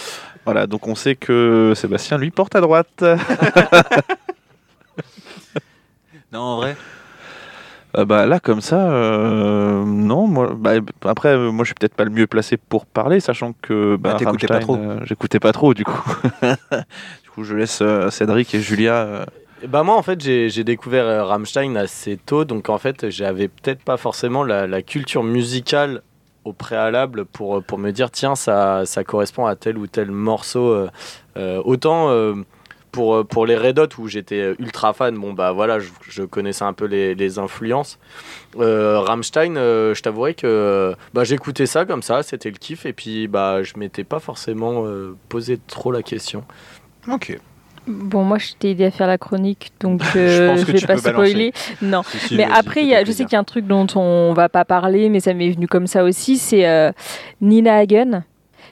[SPEAKER 2] <laughs> voilà, donc on sait que Sébastien lui porte à droite.
[SPEAKER 1] <laughs> Non, en vrai.
[SPEAKER 2] Euh, bah là comme ça, euh, non. Moi, bah, après, euh, moi je suis peut-être pas le mieux placé pour parler, sachant que bah,
[SPEAKER 1] Ah, t'écoutais pas
[SPEAKER 2] Rammstein,
[SPEAKER 1] trop.
[SPEAKER 2] euh, J'écoutais pas trop, du coup. <laughs> du coup, je laisse euh, Cédric et Julia. euh,
[SPEAKER 3] Et Bah moi en fait j'ai j'ai découvert euh, Rammstein assez tôt donc en fait j'avais peut-être pas forcément la, la culture musicale au préalable pour, euh, pour me dire tiens ça, ça correspond à tel ou tel morceau euh, euh, autant euh, pour, euh, pour les Red Hot où j'étais euh, ultra fan bon bah voilà je, je connaissais un peu les, les influences euh, Rammstein euh, je t'avouerais que bah, j'écoutais ça comme ça c'était le kiff et puis bah je m'étais pas forcément euh, posé trop la question
[SPEAKER 1] Ok.
[SPEAKER 9] Bon, moi, je t'ai aidé à faire la chronique, donc
[SPEAKER 1] <laughs> Je
[SPEAKER 9] euh,
[SPEAKER 1] pense
[SPEAKER 9] je,
[SPEAKER 1] que
[SPEAKER 9] vais
[SPEAKER 1] tu
[SPEAKER 9] pas
[SPEAKER 1] peux balancer.
[SPEAKER 9] spoiler. Non. Mais après, il y a- je sais qu'il y a un truc dont on va pas parler, mais ça m'est venu comme ça aussi, c'est euh, Nina Hagen,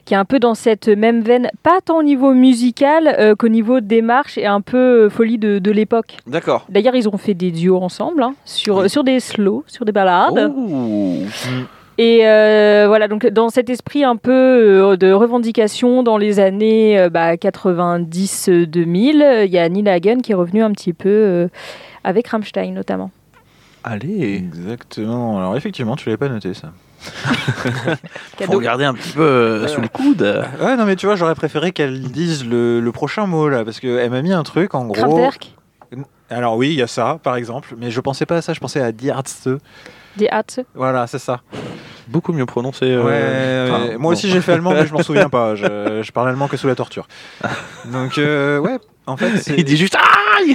[SPEAKER 9] qui est un peu dans cette même veine, pas tant au niveau musical euh, qu'au niveau démarche et un peu euh, folie de, de l'époque.
[SPEAKER 2] D'accord.
[SPEAKER 9] D'ailleurs, ils ont fait des duos ensemble, hein, sur,
[SPEAKER 2] Oui. Oh.
[SPEAKER 9] sur des slows, sur des ballades. Mm.
[SPEAKER 2] Ouh.
[SPEAKER 9] Et euh, voilà, donc dans cet esprit un peu euh, de revendication dans les années euh, bah, 90-2000, euh, il y a Nina Hagen qui est revenue un petit peu euh, avec Rammstein notamment.
[SPEAKER 2] Allez.
[SPEAKER 1] Exactement. Alors, effectivement, tu l'avais pas noté ça.
[SPEAKER 2] Faut regarder un petit peu euh, sous le coude.
[SPEAKER 1] Ah, Ouais, non, mais tu vois, j'aurais préféré qu'elle dise le, le prochain mot là, parce qu'elle m'a mis un truc en gros.
[SPEAKER 9] Kraftwerk,
[SPEAKER 1] Alors, oui, il y a ça par exemple, mais je pensais pas à ça, je pensais à Die Ärzte.
[SPEAKER 9] Die Ärzte.
[SPEAKER 1] Voilà, c'est ça.
[SPEAKER 2] Beaucoup mieux prononcé. euh,
[SPEAKER 1] Ouais,
[SPEAKER 2] enfin,
[SPEAKER 1] ouais.
[SPEAKER 2] bon.
[SPEAKER 1] moi aussi j'ai fait allemand, mais je <laughs> m'en souviens pas. Je, je parle allemand que sous la torture. Donc, euh, ouais, en <laughs> fait, c'est-
[SPEAKER 2] Il dit juste aïe.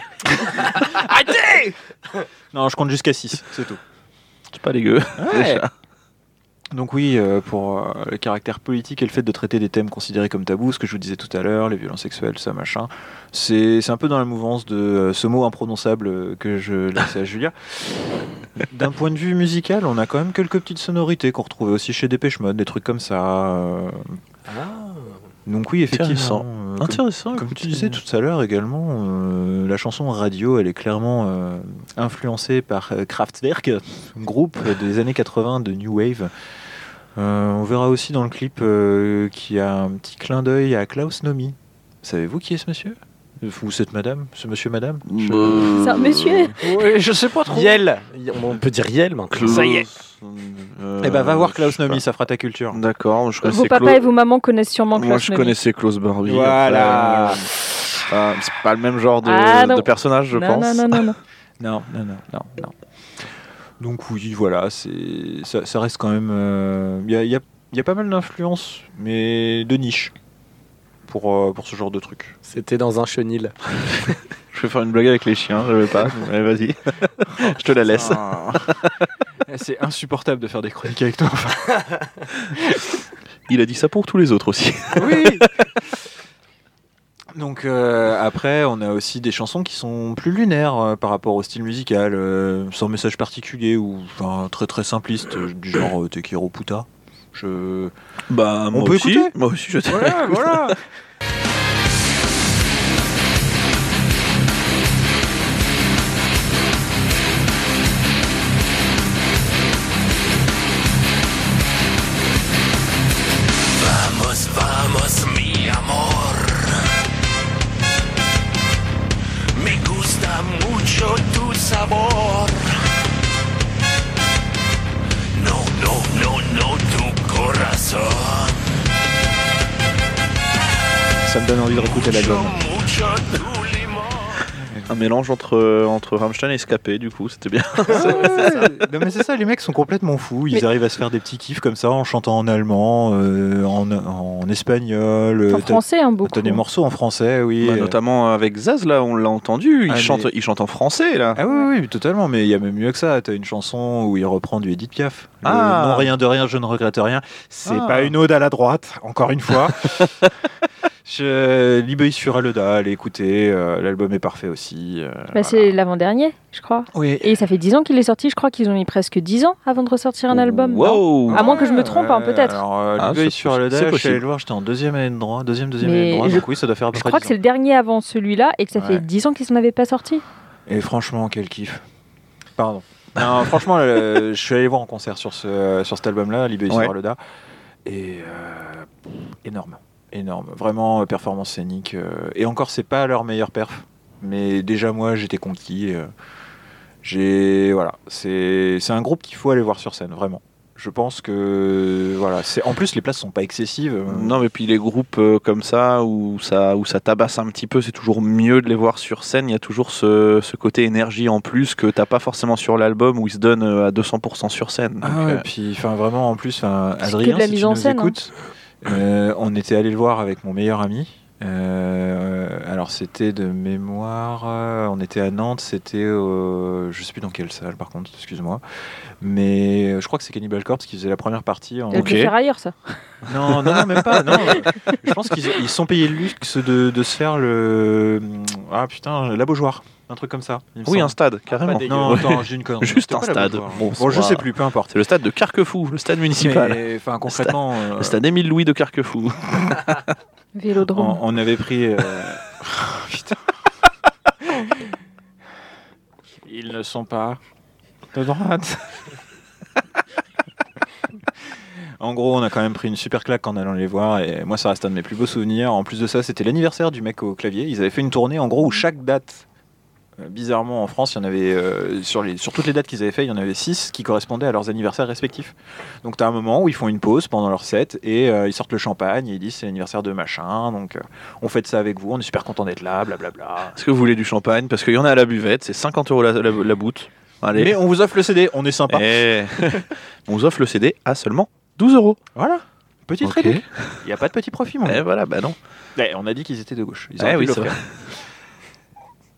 [SPEAKER 1] Non, je compte jusqu'à 6, c'est tout.
[SPEAKER 2] C'est pas dégueu. <laughs> Déjà.
[SPEAKER 1] Donc oui, euh, pour euh, le caractère politique et le fait de traiter des thèmes considérés comme tabous, ce que je vous disais tout à l'heure, les violences sexuelles, ça machin, c'est c'est un peu dans la mouvance de euh, ce mot imprononçable euh, que je laissais à Julia. D'un point de vue musical, on a quand même quelques petites sonorités qu'on retrouvait aussi chez Dépêche Mode, des trucs comme ça. euh. Donc oui,
[SPEAKER 2] Intéressant.
[SPEAKER 1] effectivement. euh, comme-
[SPEAKER 2] Intéressant.
[SPEAKER 1] Comme tu
[SPEAKER 2] écoutez.
[SPEAKER 1] disais tout à l'heure également, euh, la chanson radio, elle est clairement euh, influencée par euh, Kraftwerk, un groupe des années 80 de New Wave. Euh, on verra aussi dans le clip euh, qu'il y a un petit clin d'œil à Klaus Nomi. Savez-vous qui est ce monsieur Ou cette madame Ce monsieur, madame
[SPEAKER 2] Euh,
[SPEAKER 9] C'est un monsieur.
[SPEAKER 1] Oui, je sais pas
[SPEAKER 3] Yel On peut dire Yel maintenant.
[SPEAKER 2] Klaus, euh,
[SPEAKER 1] Eh ben, va voir
[SPEAKER 2] je
[SPEAKER 1] Klaus
[SPEAKER 2] sais
[SPEAKER 1] Nomi,
[SPEAKER 2] pas.
[SPEAKER 1] ça fera ta culture.
[SPEAKER 2] D'accord, je
[SPEAKER 9] Vos
[SPEAKER 2] connaissais
[SPEAKER 9] papas
[SPEAKER 2] Klaus-
[SPEAKER 9] et vos mamans connaissent sûrement
[SPEAKER 2] Moi,
[SPEAKER 9] Klaus
[SPEAKER 2] je
[SPEAKER 9] Nomi.
[SPEAKER 2] connaissais Klaus Barbie.
[SPEAKER 1] Voilà.
[SPEAKER 2] après, euh, C'est pas, c'est pas le même genre de,
[SPEAKER 9] Ah, non.
[SPEAKER 2] de personnage, je
[SPEAKER 9] non,
[SPEAKER 2] pense.
[SPEAKER 9] non, non, non, non.
[SPEAKER 1] Non, non, non, non, non. Donc oui, voilà, c'est ça, ça reste quand même. Il y, a, y a- y a pas mal d'influences, mais de niche pour, euh, pour ce genre de truc.
[SPEAKER 3] C'était dans un chenil.
[SPEAKER 2] Je vais faire une blague avec les chiens, je vais pas. mais Allez,
[SPEAKER 1] <laughs>
[SPEAKER 2] vas-y. je te la laisse.
[SPEAKER 1] <laughs> Ah. c'est insupportable de faire des chroniques avec toi.
[SPEAKER 2] Il a dit ça pour tous les autres aussi.
[SPEAKER 1] <laughs> oui. Donc euh, après, on a aussi des chansons qui sont plus lunaires euh, par rapport au style musical, euh, sans message particulier ou enfin, très très simpliste, euh, du genre euh, Tekiro Puta. Je
[SPEAKER 2] Bah,
[SPEAKER 1] moi aussi.
[SPEAKER 2] Moi aussi, je t'ai.
[SPEAKER 1] Voilà, <laughs> voilà.
[SPEAKER 7] Vamos, vamos, mi amor. Me gusta mucho tu sabor. No, no, no, no, tu corazón.
[SPEAKER 1] Ça me donne envie de réécouter l'album.
[SPEAKER 7] Mucho, tu limón.
[SPEAKER 2] Un mélange entre, euh, entre Rammstein et Scapé, du coup, c'était bien.
[SPEAKER 9] <laughs>
[SPEAKER 1] non mais Ah c'est ça, les mecs sont complètement fous. Ils
[SPEAKER 9] Mais-
[SPEAKER 1] arrivent à se faire des petits kiffs comme ça en chantant en allemand, euh, en, en espagnol. euh,
[SPEAKER 9] En
[SPEAKER 1] t'as-
[SPEAKER 9] français, hein, beaucoup.
[SPEAKER 1] T'as des morceaux en français, oui.
[SPEAKER 2] Bah, notamment avec Zaz, là, on l'a entendu. Il,
[SPEAKER 1] euh, Ah,
[SPEAKER 2] chante,
[SPEAKER 1] mais-
[SPEAKER 2] il chante en français, là.
[SPEAKER 1] Ah oui, oui, oui, totalement, mais il y a même mieux que ça. T'as une chanson où il reprend du Edith Piaf. Le
[SPEAKER 2] Ah.
[SPEAKER 1] Non, rien de rien, je ne regrette rien. C'est <laughs>
[SPEAKER 2] Ah.
[SPEAKER 1] pas une ode à la droite, encore une fois. Je... L'Ibey sur Aleda, allez écouter. euh, L'album est parfait aussi. euh,
[SPEAKER 9] Bah, C'est l'avant-dernier, je crois.
[SPEAKER 1] Oui.
[SPEAKER 9] Et ça fait 10 ans qu'il est sorti, je crois qu'ils ont mis presque 10 ans avant de ressortir un album.
[SPEAKER 2] Wow
[SPEAKER 9] non À moins que je me trompe, hein,
[SPEAKER 1] Ouais,
[SPEAKER 9] peut-être.
[SPEAKER 1] Alors, euh,
[SPEAKER 2] Ah,
[SPEAKER 1] L'Ibey
[SPEAKER 2] c'est
[SPEAKER 1] sur
[SPEAKER 2] possi-
[SPEAKER 1] Aleda,
[SPEAKER 2] c'est
[SPEAKER 1] je suis allé
[SPEAKER 2] possible.
[SPEAKER 1] le voir, j'étais en deuxième année de droit, deuxième, deuxième
[SPEAKER 9] Mais
[SPEAKER 1] année de droit.
[SPEAKER 9] je-
[SPEAKER 1] Donc oui, ça doit faire à peu
[SPEAKER 9] Je
[SPEAKER 1] près
[SPEAKER 9] crois que
[SPEAKER 1] 10
[SPEAKER 9] c'est le dernier avant celui-là et que ça
[SPEAKER 1] Ouais.
[SPEAKER 9] fait 10 ans qu'ils n'en avaient pas sorti.
[SPEAKER 1] Et franchement, quel kiff. Pardon. Non, <laughs> franchement, euh, je suis allé voir en concert sur, ce, sur cet album-là, Libé
[SPEAKER 2] Ouais.
[SPEAKER 1] sur Aloda. Et euh, énorme. Énorme. Vraiment, euh, performance scénique. euh, et encore, c'est pas leur meilleure perf. Mais déjà, moi, j'étais conquis. euh, j'ai. Voilà. C'est c'est un groupe qu'il faut aller voir sur scène, vraiment. Je pense que. Voilà. c'est- En plus, les places sont pas excessives. euh,
[SPEAKER 2] Non, mais puis les groupes euh, comme ça où, ça, où ça tabasse un petit peu, c'est toujours mieux de les voir sur scène. Il y a toujours ce, ce côté énergie en plus que t'as pas forcément sur l'album où ils se donnent euh, à 200% sur scène.
[SPEAKER 1] Ah
[SPEAKER 2] Donc,
[SPEAKER 1] ouais,
[SPEAKER 2] euh,
[SPEAKER 1] et puis enfin vraiment en plus enfin
[SPEAKER 9] C'est que
[SPEAKER 1] Adrien
[SPEAKER 9] de la
[SPEAKER 1] si
[SPEAKER 9] mise
[SPEAKER 1] tu
[SPEAKER 9] en
[SPEAKER 1] nous
[SPEAKER 9] scène, hein.
[SPEAKER 1] écoutes euh, on était allé le voir avec mon meilleur ami Euh, alors c'était de mémoire euh, on était à Nantes c'était au- je sais plus dans quelle salle par contre excuse-moi mais euh, je crois que c'est Cannibal Corpse qui faisait la première partie en...
[SPEAKER 9] Ils devaient faire ailleurs, ça.
[SPEAKER 1] non non non même pas non euh, je pense qu'ils ils sont payés le luxe de, de se faire le ah putain la Beaujoire un truc comme ça il me
[SPEAKER 2] oui, un
[SPEAKER 1] semble.
[SPEAKER 2] stade, carrément.
[SPEAKER 3] dégueu.
[SPEAKER 1] non
[SPEAKER 2] Ouais.
[SPEAKER 1] attends j'ai une connerie
[SPEAKER 2] Juste
[SPEAKER 1] C'était
[SPEAKER 2] un
[SPEAKER 1] pas la
[SPEAKER 2] stade.
[SPEAKER 1] Beaujoire.
[SPEAKER 2] Bon,
[SPEAKER 1] bon je
[SPEAKER 2] voilà.
[SPEAKER 1] sais plus peu importe
[SPEAKER 2] <laughs> C'est le stade de Carquefou, le stade municipal.
[SPEAKER 1] mais, enfin, concrètement, euh,
[SPEAKER 2] Le stade Émile Louis
[SPEAKER 1] <laughs>
[SPEAKER 2] de Carquefou.
[SPEAKER 9] Vélodrome.
[SPEAKER 1] on, on avait pris. euh, Putain. Ils ne sont pas de droite. En gros, on a quand même pris une super claque en allant les voir, et moi, ça reste un de mes plus beaux souvenirs. En plus de ça, c'était l'anniversaire du mec au clavier. Ils avaient fait une tournée, en gros, où chaque date, euh, bizarrement en France, il y en avait euh, sur, les, sur toutes les dates qu'ils avaient fait, il y en avait six qui correspondaient à leurs anniversaires respectifs. Donc, tu as un moment où ils font une pause pendant leur set et euh, ils sortent le champagne et ils disent c'est l'anniversaire de machin, donc euh, on fait ça avec vous, on est super content d'être là, blablabla.
[SPEAKER 2] Est-ce que vous voulez du champagne Parce qu'il y en a à la buvette, c'est 50 euros la, la, la boute. Allez.
[SPEAKER 1] Mais on vous offre le CD, on est sympa.
[SPEAKER 2] Eh. <laughs> on vous offre le CD à seulement 12 euros.
[SPEAKER 1] Voilà, petit
[SPEAKER 2] Ok.
[SPEAKER 1] truc. Il n'y a pas de petit profit, mon gars.
[SPEAKER 2] Eh voilà, bah non.
[SPEAKER 1] Ouais, on a dit qu'ils étaient de gauche. Ils
[SPEAKER 2] Eh
[SPEAKER 1] auraient pu
[SPEAKER 2] oui, c'est
[SPEAKER 1] l'offrir.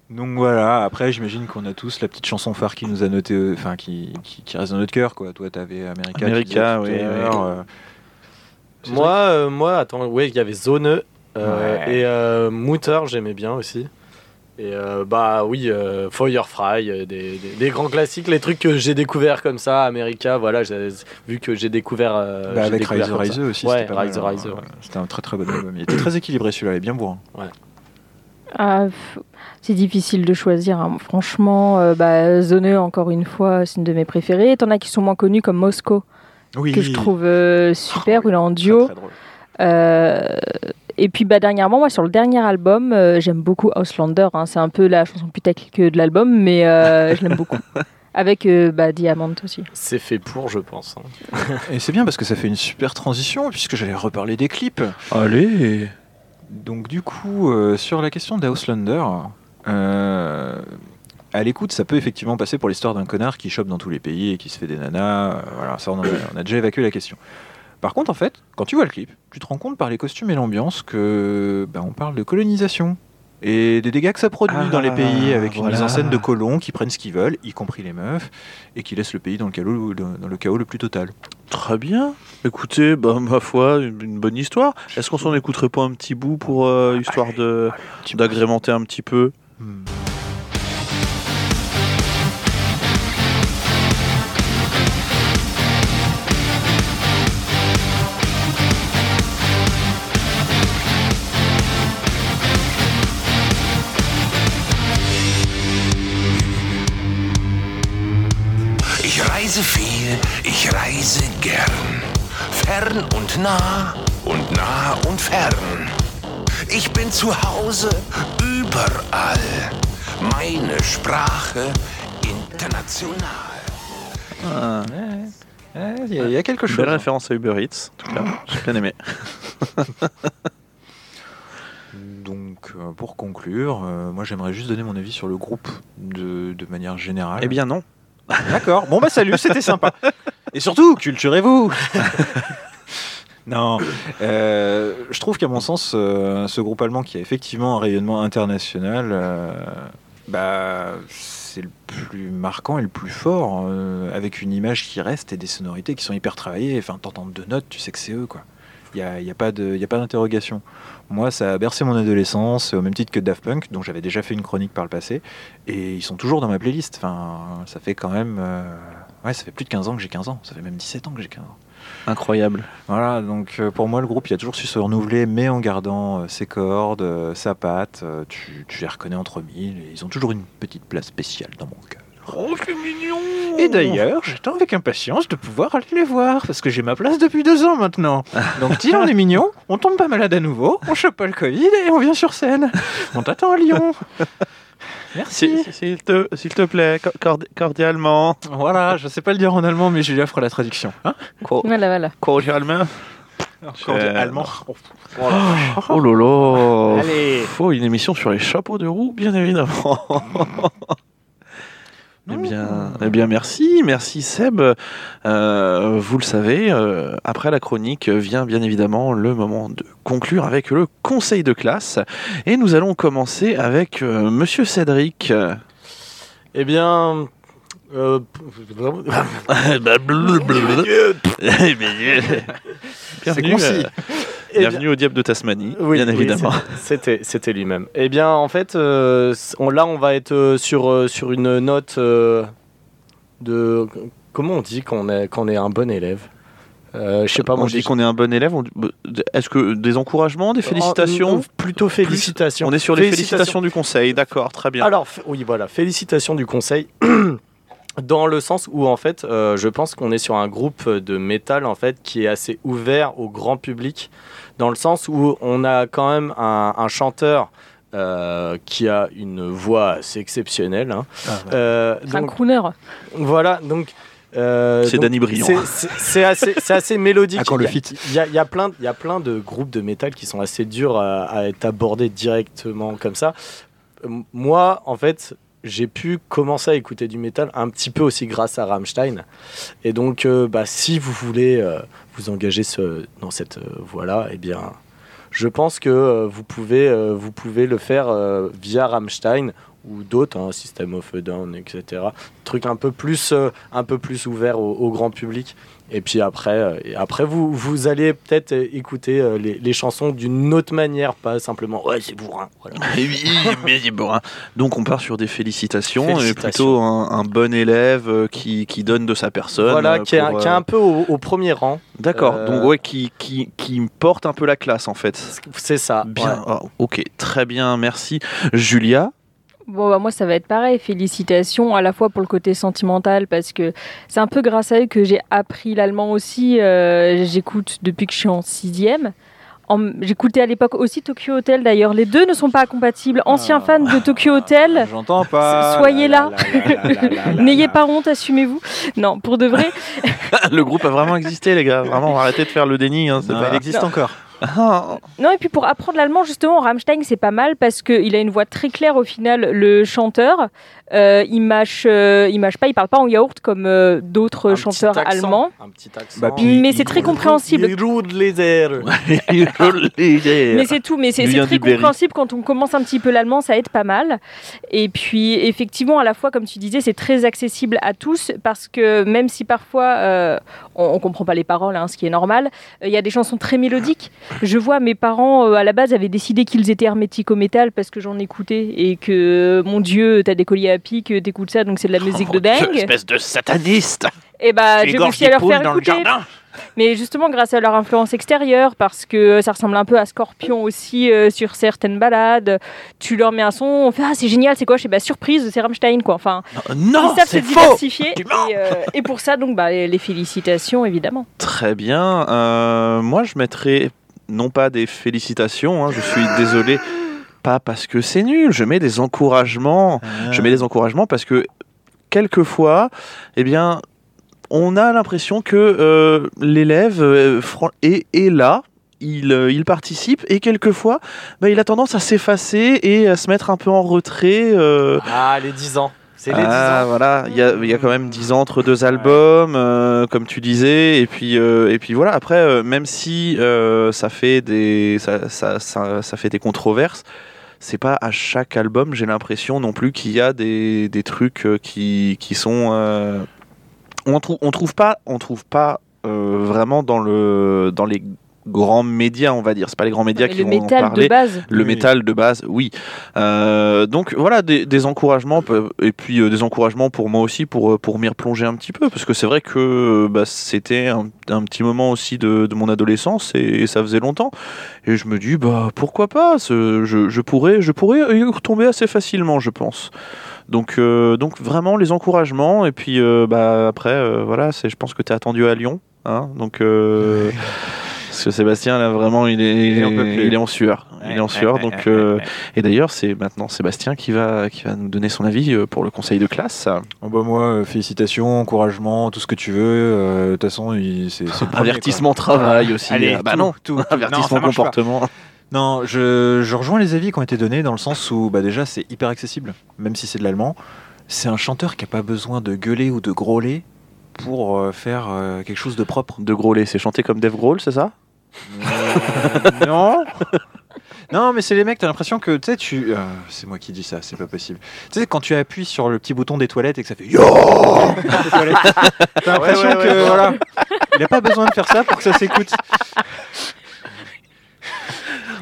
[SPEAKER 1] Donc voilà, après j'imagine qu'on a tous la petite chanson phare qui nous a noté, euh, enfin qui, qui, qui reste dans notre cœur quoi. Toi t'avais America. tu
[SPEAKER 2] America,
[SPEAKER 1] disais tout à
[SPEAKER 2] oui,
[SPEAKER 1] l'heure,
[SPEAKER 2] oui.
[SPEAKER 1] euh, c'est
[SPEAKER 3] Moi, euh, moi, attends, ouais, il y avait Zone euh,
[SPEAKER 1] Ouais.
[SPEAKER 3] et euh, Mouter, j'aimais bien aussi. Et euh, bah oui, euh, Firefly, euh, des, des- des grands classiques, les trucs que j'ai découvert comme ça, America, voilà, j'ai- vu que j'ai découvert. euh,
[SPEAKER 1] Bah,
[SPEAKER 3] j'ai
[SPEAKER 1] avec
[SPEAKER 3] découvert
[SPEAKER 1] Rise
[SPEAKER 3] comme
[SPEAKER 1] Rise
[SPEAKER 3] ça.
[SPEAKER 1] aussi,
[SPEAKER 3] Ouais,
[SPEAKER 1] c'était pas
[SPEAKER 3] Rise
[SPEAKER 1] mal.
[SPEAKER 3] Rise,
[SPEAKER 1] hein.
[SPEAKER 3] ouais.
[SPEAKER 1] C'était un très très bon album. Il était très équilibré celui-là, il est bien hein. bourrin.
[SPEAKER 9] Ah, pff, c'est difficile de choisir. hein. Franchement, euh, bah, Zone, encore une fois, c'est une de mes préférées. T'en as qui sont moins connus, comme Mosco,
[SPEAKER 1] Oui.
[SPEAKER 9] que je trouve euh, super,
[SPEAKER 1] Oh,
[SPEAKER 9] où il est en
[SPEAKER 1] très,
[SPEAKER 9] duo.
[SPEAKER 1] très drôle.
[SPEAKER 9] Euh, et puis bah, dernièrement, moi sur le dernier album, euh, j'aime beaucoup Auslander. hein. c'est un peu la chanson putaclic de l'album, mais euh, je l'aime beaucoup. Avec euh, bah, Diamant aussi.
[SPEAKER 3] C'est fait pour, je pense. hein.
[SPEAKER 1] Et c'est bien parce que ça fait une super transition puisque j'allais reparler des clips.
[SPEAKER 2] Allez.
[SPEAKER 1] Donc du coup, euh, sur la question d'Auslander, euh, à l'écoute, ça peut effectivement passer pour l'histoire d'un connard qui chope dans tous les pays et qui se fait des nanas. euh, voilà, ça on en a, on a déjà évacué la question. Par contre, en fait, quand tu vois le clip, tu te rends compte par les costumes et l'ambiance que bah, on parle de colonisation et des dégâts que ça produit
[SPEAKER 2] Ah,
[SPEAKER 1] dans les pays avec une
[SPEAKER 2] voilà.
[SPEAKER 1] mise en scène de colons qui prennent ce qu'ils veulent, y compris les meufs, et qui laissent le pays dans le chaos, dans le, chaos le plus total.
[SPEAKER 2] Très bien. Écoutez, bah, <laughs> ma foi, une une bonne histoire. Est-ce qu'on s'en écouterait pas un petit bout pour euh, histoire de d'agrémenter un petit peu
[SPEAKER 1] Hmm.
[SPEAKER 7] Ich reise viel, ich reise gern. Fern und nah und nah und fern. Ich bin zu Hause überall. Meine Sprache international.
[SPEAKER 2] Ah,
[SPEAKER 1] Il y, a- il y a quelque
[SPEAKER 2] Une
[SPEAKER 1] chose.
[SPEAKER 2] belle
[SPEAKER 1] hein.
[SPEAKER 2] référence à Uber Eats, en tout cas, j'ai bien aimé.
[SPEAKER 1] <laughs> Donc, euh, pour conclure, euh, moi j'aimerais juste donner mon avis sur le groupe de, de manière générale.
[SPEAKER 2] Eh bien non.
[SPEAKER 1] d'accord. Bon, bah salut, c'était sympa. Et surtout, culturez-vous Non, euh, je trouve qu'à mon sens, euh, ce groupe allemand qui a effectivement un rayonnement international, euh, bah, c'est le plus marquant et le plus fort, euh, avec une image qui reste et des sonorités qui sont hyper travaillées. Enfin, t'entends deux notes, tu sais que c'est eux, quoi. Il n'y a, il y a pas de- il y a pas d'interrogation. Moi, ça a bercé mon adolescence, au même titre que Daft Punk, dont j'avais déjà fait une chronique par le passé. Et ils sont toujours dans ma playlist. Enfin, ça fait quand même. euh, Ouais, ça fait plus de 15 ans que j'ai 15 ans. Ça fait même 17 ans que j'ai 15 ans.
[SPEAKER 2] Incroyable.
[SPEAKER 1] Voilà, donc euh, pour moi, le groupe, il a toujours su se renouveler, mais en gardant euh, ses cordes, euh, sa patte. euh, tu, tu les reconnais entre mille. Et ils ont toujours une petite place spéciale dans mon cœur.
[SPEAKER 2] Oh, c'est mignon
[SPEAKER 1] Et d'ailleurs, j'attends avec impatience de pouvoir aller les voir, parce que j'ai ma place depuis deux ans <laughs> maintenant. Donc, si on est mignon, on tombe pas malade à nouveau, on chope pas le Covid et on vient sur scène. On t'attend à <laughs> Lyon. Merci.
[SPEAKER 2] S'il s'il te, s'il te plaît, cor- cord- cordialement.
[SPEAKER 1] Voilà, je sais pas le dire en allemand, mais Julia fera la traduction. Hein
[SPEAKER 2] Cor-
[SPEAKER 9] Voilà, voilà.
[SPEAKER 2] cordialement.
[SPEAKER 1] Encore de-
[SPEAKER 2] Euh,
[SPEAKER 1] allemand. Oh.
[SPEAKER 2] Oh là là
[SPEAKER 3] Allez.
[SPEAKER 2] Faut une émission sur les chapeaux de roue, bien évidemment. <laughs> Eh bien, eh bien, merci, merci Seb. Euh, vous le savez, euh, après la chronique vient bien évidemment le moment de conclure avec le conseil de classe. Et nous allons commencer avec euh, Monsieur Cédric.
[SPEAKER 3] Eh bien. euh, vraiment- <laughs>
[SPEAKER 2] Eh Bienvenue,
[SPEAKER 1] C'est concis.
[SPEAKER 2] euh,
[SPEAKER 3] Eh bien-
[SPEAKER 2] bienvenue au diable de Tasmanie,
[SPEAKER 3] Oui,
[SPEAKER 2] Hmm, bien
[SPEAKER 3] oui,
[SPEAKER 2] évidemment.
[SPEAKER 3] C'était, c'était lui-même. Eh bien, en fait, euh, c- on, là, on va être euh, sur, euh, sur une note euh, de. Comment on dit qu'on est, qu'on est un bon élève Euh, Je sais pas,
[SPEAKER 2] on
[SPEAKER 3] moi,
[SPEAKER 2] dit
[SPEAKER 3] j'ai- Oh,
[SPEAKER 2] qu'on est un bon élève. on dit- Est-ce que des encouragements, des
[SPEAKER 3] En-
[SPEAKER 2] félicitations
[SPEAKER 3] en- plutôt félicitations. Ah
[SPEAKER 2] On est sur les félicitations du conseil, d'accord, très bien.
[SPEAKER 3] Alors, f- oui, voilà, félicitations du conseil. <clears throat> Dans le sens où, en fait, euh, je pense qu'on est sur un groupe de métal, en fait, qui est assez ouvert au grand public. Dans le sens où on a quand même un, un chanteur euh, qui a une voix assez exceptionnelle.
[SPEAKER 1] Ah,
[SPEAKER 3] hein.
[SPEAKER 2] Ah,
[SPEAKER 3] Euh,
[SPEAKER 9] C'est un
[SPEAKER 3] donc,
[SPEAKER 9] crooner.
[SPEAKER 3] voilà, donc. euh,
[SPEAKER 2] C'est
[SPEAKER 3] donc,
[SPEAKER 2] Danny Briand.
[SPEAKER 3] c'est- C'est c'est assez, c'est assez mélodique.
[SPEAKER 1] Ah, quand le
[SPEAKER 3] Il y a-
[SPEAKER 1] feat.
[SPEAKER 3] Il y a, il y a plein, il y a plein de groupes de métal qui sont assez durs à, à être abordés directement comme ça. Euh, Moi, en fait, j'ai pu commencer à écouter du métal un petit peu aussi grâce à Rammstein. Et donc, euh, bah, si vous voulez euh, vous engager ce- dans cette euh, voie-là, eh bien, je pense que euh, vous, pouvez, euh, vous pouvez le faire euh, via Rammstein ou d'autres, hein, System of a Down, etc. Truc un peu plus, euh, un peu plus ouvert au, au grand public. Et puis après, euh, et après vous, vous allez peut-être euh, écouter euh, les, les chansons d'une autre manière, pas simplement ouais c'est bourrin. Voilà.
[SPEAKER 2] Eh oui, mais c'est bon, hein. Donc on part sur des félicitations, et
[SPEAKER 3] Félicitations.
[SPEAKER 2] plutôt un, un bon élève euh, qui, qui donne de sa personne.
[SPEAKER 3] Voilà,
[SPEAKER 2] euh,
[SPEAKER 3] qui est, un,
[SPEAKER 2] pour,
[SPEAKER 3] qui est
[SPEAKER 2] euh,
[SPEAKER 3] un peu au, au premier rang.
[SPEAKER 2] D'accord,
[SPEAKER 3] euh,
[SPEAKER 2] donc ouais, qui, qui, qui porte un peu la classe en fait.
[SPEAKER 3] C'est ça.
[SPEAKER 2] Bien,
[SPEAKER 3] ouais.
[SPEAKER 2] oh, ok, très bien, merci. Julia,
[SPEAKER 9] Bon, bah, moi, ça va être pareil. Félicitations à la fois pour le côté sentimental, parce que c'est un peu grâce à eux que j'ai appris l'allemand aussi. Euh, J'écoute depuis que je suis en sixième. En- J'écoutais à l'époque aussi Tokyo Hotel d'ailleurs. Les deux ne sont pas compatibles. Ancien
[SPEAKER 1] Ah.
[SPEAKER 9] fan de Tokyo Hotel,
[SPEAKER 1] J'entends pas.
[SPEAKER 9] Soyez
[SPEAKER 1] La,
[SPEAKER 9] là.
[SPEAKER 1] la, la, la, la, la, la,
[SPEAKER 9] <laughs> n'ayez
[SPEAKER 1] la.
[SPEAKER 9] pas honte, assumez-vous. Non, pour de vrai,
[SPEAKER 2] <laughs> le groupe a vraiment existé les gars, vraiment arrêtez de faire le déni. hein, c'est
[SPEAKER 1] Non,
[SPEAKER 2] pas-
[SPEAKER 1] elle existe encore.
[SPEAKER 2] <laughs> Ah,
[SPEAKER 9] Non, et puis pour apprendre l'allemand, justement, Rammstein, c'est pas mal parce qu'il a une voix très claire au final, le chanteur. Euh, il, mâche, euh, il mâche pas, il parle pas en yaourt comme euh, d'autres
[SPEAKER 3] Un petit
[SPEAKER 9] chanteurs
[SPEAKER 3] accent,
[SPEAKER 9] allemands.
[SPEAKER 3] Un petit accent.
[SPEAKER 1] Bah, puis-
[SPEAKER 9] Mais
[SPEAKER 1] il-
[SPEAKER 9] c'est très
[SPEAKER 1] il-
[SPEAKER 9] compréhensible.
[SPEAKER 3] Il roule les airs.
[SPEAKER 9] Mais c'est tout, mais c'est
[SPEAKER 2] Il
[SPEAKER 9] c'est
[SPEAKER 2] vient
[SPEAKER 9] très
[SPEAKER 2] du Berry.
[SPEAKER 9] compréhensible quand on commence un petit peu l'allemand, ça aide pas mal. Et puis effectivement, à la fois, comme tu disais, c'est très accessible à tous parce que même si parfois euh, on, on comprend pas les paroles, hein, ce qui est normal, euh, il y a des chansons très mélodiques. Je vois mes parents euh, à la base avaient décidé qu'ils étaient hermétiques au métal parce que j'en écoutais et que euh, mon Dieu, t'as des colliers à pic, euh, t'écoutes ça, donc c'est de la
[SPEAKER 2] Oh
[SPEAKER 9] musique de dingue.
[SPEAKER 2] Espèce de sataniste
[SPEAKER 9] Et bah, j'ai
[SPEAKER 2] Égorge
[SPEAKER 9] réussi à
[SPEAKER 2] des
[SPEAKER 9] leur
[SPEAKER 2] poules
[SPEAKER 9] faire
[SPEAKER 2] dans le
[SPEAKER 9] écouter.
[SPEAKER 2] jardin
[SPEAKER 9] Mais justement, grâce à leur influence extérieure, parce que euh, ça ressemble un peu à Scorpion aussi euh, sur certaines balades, tu leur mets un son, on fait Ah, c'est génial, c'est quoi Je sais, bah, surprise, c'est Rammstein, quoi. Enfin,
[SPEAKER 2] Non,
[SPEAKER 9] ils savent se
[SPEAKER 2] c'est faux
[SPEAKER 9] diversifier.
[SPEAKER 2] Tu mens
[SPEAKER 9] Et, euh, et pour ça, donc, bah, les les félicitations, évidemment.
[SPEAKER 2] Très bien. Euh, moi, je mettrais non pas des félicitations, hein, je suis désolé, pas parce que c'est nul. Je mets des encouragements.
[SPEAKER 1] Ah.
[SPEAKER 2] Je mets des encouragements parce que quelquefois, eh bien, on a l'impression que euh, l'élève euh, fran- est, est là. Il, euh, il participe et quelquefois bah, il a tendance à s'effacer et à se mettre un peu en retrait. euh,
[SPEAKER 3] Ah, les 10 ans. C'est les 10
[SPEAKER 2] ah,
[SPEAKER 3] ans.
[SPEAKER 2] voilà, il y a, il y a quand même 10 ans entre deux albums, euh, comme tu disais, et puis, euh, et puis voilà, après, euh, même si euh, ça, fait des, ça, ça- ça- ça fait des controverses, c'est pas à chaque album, j'ai l'impression non plus qu'il y a des, des trucs euh, qui, qui sont... euh, on, trou- on trouve pas, on trouve pas euh, vraiment dans, le, dans les grands médias, on va dire. C'est pas les grands médias
[SPEAKER 9] Mais
[SPEAKER 2] qui
[SPEAKER 9] le
[SPEAKER 2] vont en
[SPEAKER 9] métal
[SPEAKER 2] parler.
[SPEAKER 9] de base.
[SPEAKER 2] Le
[SPEAKER 3] Oui.
[SPEAKER 2] métal de base, oui. Euh, donc voilà des, des encouragements peu- et puis euh, des encouragements pour moi aussi pour euh, pour m'y replonger un petit peu parce que c'est vrai que euh, bah, c'était un, un petit moment aussi de, de mon adolescence et, et ça faisait longtemps et je me dis bah pourquoi pas ce- je, je pourrais je pourrais y retomber assez facilement je pense. Donc euh, donc vraiment les encouragements et puis euh, bah après euh, voilà c'est je pense que tu es attendu à Lyon hein, donc euh, Parce que Sébastien, là, vraiment, il est,
[SPEAKER 1] Il en peut plus.
[SPEAKER 2] il est en sueur. il est en
[SPEAKER 1] Ouais,
[SPEAKER 2] sueur.
[SPEAKER 1] ouais,
[SPEAKER 2] donc,
[SPEAKER 1] ouais, ouais,
[SPEAKER 2] euh,
[SPEAKER 1] ouais.
[SPEAKER 2] et d'ailleurs, c'est maintenant Sébastien qui va, qui va nous donner son avis euh, pour le conseil de classe.
[SPEAKER 1] Oh bah moi, euh, félicitations, encouragement, tout ce que tu veux. euh, De toute façon, il- c'est c'est le premier,
[SPEAKER 2] Avertissement
[SPEAKER 1] quoi.
[SPEAKER 2] travail aussi.
[SPEAKER 1] Allez,
[SPEAKER 2] Ah bah
[SPEAKER 1] tout,
[SPEAKER 2] non,
[SPEAKER 1] tout. Non,
[SPEAKER 2] avertissement
[SPEAKER 1] ça marche pas.
[SPEAKER 2] comportement.
[SPEAKER 1] Non, je, je rejoins les avis qui ont été donnés dans le sens où bah déjà c'est hyper accessible, même si c'est de l'allemand. C'est un chanteur qui n'a pas besoin de gueuler ou de grôler pour euh, faire euh, quelque chose de
[SPEAKER 3] <laughs>
[SPEAKER 1] propre.
[SPEAKER 2] De Grolet, c'est chanté comme Dave Grohl, c'est ça
[SPEAKER 1] Euh, non <laughs> Non, mais c'est les mecs, t'as l'impression que tu sais, tu. euh, c'est moi qui dis ça, c'est pas possible. Tu sais, quand tu appuies sur le petit bouton des toilettes et que ça fait
[SPEAKER 3] <laughs>
[SPEAKER 1] Yo Des toilettes. T'as l'impression
[SPEAKER 3] Ouais, ouais, ouais,
[SPEAKER 1] que
[SPEAKER 3] ouais.
[SPEAKER 1] voilà. Il a pas besoin de faire ça pour que ça
[SPEAKER 3] <laughs>
[SPEAKER 1] s'écoute.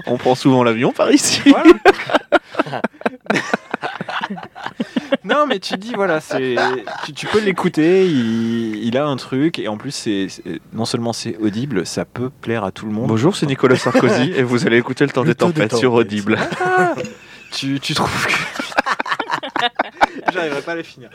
[SPEAKER 2] On prend souvent l'avion
[SPEAKER 1] <laughs>
[SPEAKER 2] par ici.
[SPEAKER 1] Voilà. non, mais tu dis, voilà, c'est, tu, tu peux l'écouter, il, il a un truc, et en plus, c'est, c'est- non seulement c'est audible, ça peut plaire à tout le monde.
[SPEAKER 2] Bonjour, c'est Nicolas Sarkozy et vous allez écouter le temps
[SPEAKER 1] Le
[SPEAKER 2] des
[SPEAKER 1] temps des
[SPEAKER 2] tempêtes sur
[SPEAKER 1] tempêtes.
[SPEAKER 2] Audible.
[SPEAKER 1] Ah, Tu, tu trouves que. <laughs> J'arriverai pas à les finir.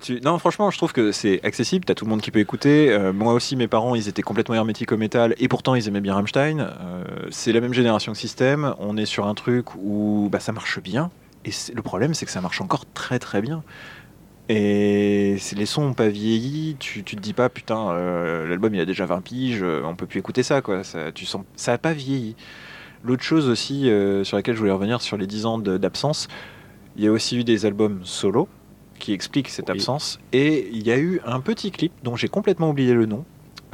[SPEAKER 1] Tu... Non, franchement, je trouve que c'est accessible, t'as tout le monde qui peut écouter. Euh, moi aussi, mes parents, ils étaient complètement hermétiques au métal, et pourtant, ils aimaient bien Rammstein. Euh, c'est la même génération que System, on est sur un truc où bah, ça marche bien, et c'est- le problème, c'est que ça marche encore très très bien. Et c'est- les sons n'ont pas vieilli, tu, tu te dis pas putain, euh, l'album il a déjà 20 piges, euh, on peut plus écouter ça quoi, ça, tu sens, ça a pas vieilli. L'autre chose aussi euh, sur laquelle je voulais revenir sur les 10 ans de- d'absence, il y a aussi eu des albums solo qui expliquent cette
[SPEAKER 3] Oui.
[SPEAKER 1] absence, et il y a eu un petit clip dont j'ai complètement oublié le nom,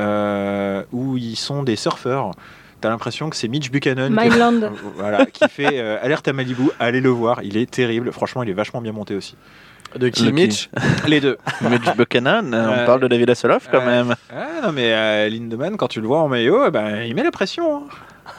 [SPEAKER 1] euh, où ils sont des surfeurs. T'as l'impression que c'est Mitch Buchanan qui-
[SPEAKER 9] Mindland.
[SPEAKER 1] Euh, voilà, qui fait euh, Alerte à Malibu, allez le voir, il est terrible, franchement il est vachement bien monté aussi.
[SPEAKER 3] De qui
[SPEAKER 2] Le qui
[SPEAKER 3] Mitch
[SPEAKER 1] Les deux.
[SPEAKER 2] <laughs> Mitch Buchanan, on
[SPEAKER 1] Ouais.
[SPEAKER 2] parle de David Hasselhoff quand
[SPEAKER 1] Ouais.
[SPEAKER 2] même.
[SPEAKER 1] Ah non mais euh, Lindemann quand tu le vois en maillot, eh ben, il met la pression. hein.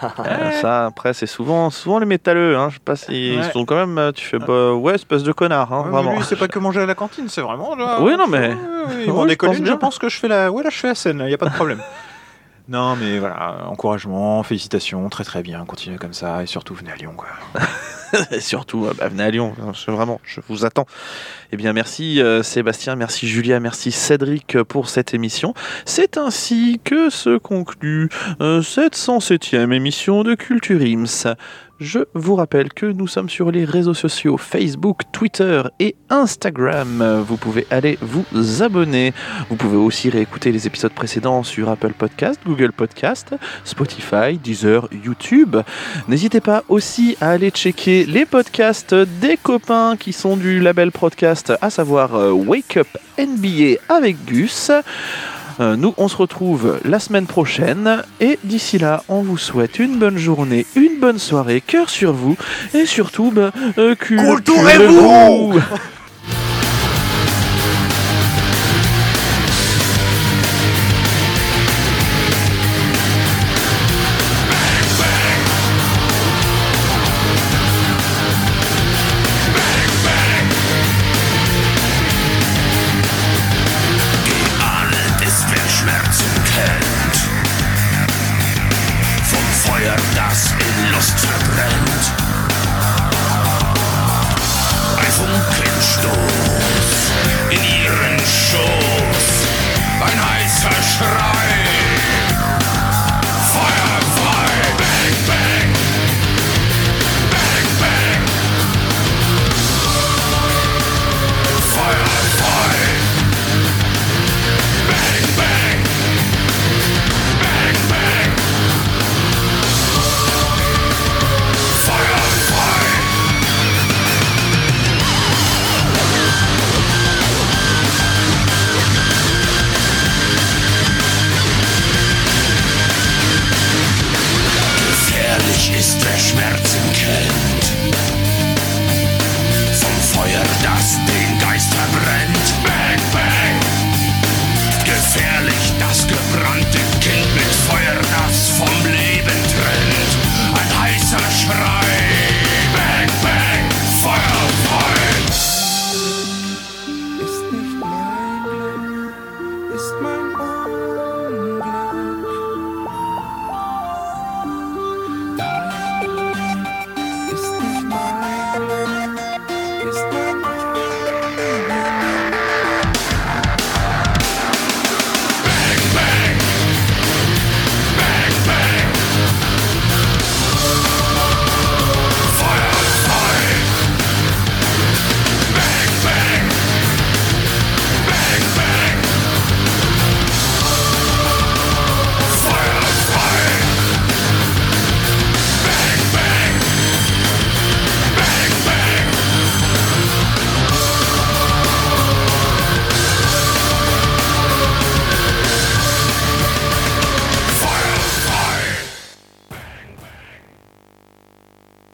[SPEAKER 2] Euh, ça, après, c'est souvent, souvent les métalleux. Hein. Je sais pas si ils
[SPEAKER 1] Ouais. Ah.
[SPEAKER 2] sont quand même. euh, Tu fais, bah, ouais, espèce de connard, hein,
[SPEAKER 1] Ouais, mais
[SPEAKER 2] vraiment.
[SPEAKER 1] lui, c'est pas que manger à la cantine, c'est vraiment là.
[SPEAKER 2] Oui, non,
[SPEAKER 1] Ouais, ouais,
[SPEAKER 2] mais- Ouais,
[SPEAKER 1] ils m'en
[SPEAKER 2] je
[SPEAKER 1] décollent
[SPEAKER 2] pense
[SPEAKER 1] une, je,
[SPEAKER 2] bien.
[SPEAKER 1] pense que je fais la. Ouais là je fais la scène, il y a pas de problème. <laughs> non mais voilà, encouragement, félicitations, très très bien, continuez comme ça et surtout venez à Lyon quoi.
[SPEAKER 2] Et <laughs> surtout, euh, bah, venez à Lyon, hein, je- vraiment, je vous attends. Eh bien, merci euh, Sébastien, merci Julia, merci Cédric euh, pour cette émission. C'est ainsi que se conclut euh, cette 107e émission de Culture Ims. Je vous rappelle que nous sommes sur les réseaux sociaux Facebook, Twitter et Instagram. Euh, Vous pouvez aller vous abonner. Vous pouvez aussi réécouter les épisodes précédents sur Apple Podcast, Google Podcast, Spotify, Deezer, YouTube. N'hésitez pas aussi à aller checker les podcasts des copains qui sont du label podcast, à savoir euh, Wake Up NBA avec Gus. Euh, Nous, on se retrouve la semaine prochaine et d'ici là, on vous souhaite une bonne journée, une bonne soirée, cœur sur vous et surtout, ben, euh, cul-
[SPEAKER 10] Culturez-vous
[SPEAKER 2] culturez-vous.
[SPEAKER 7] Alles wird Schmerzen kennt. Vom Feuer, das in Lust verbrennt.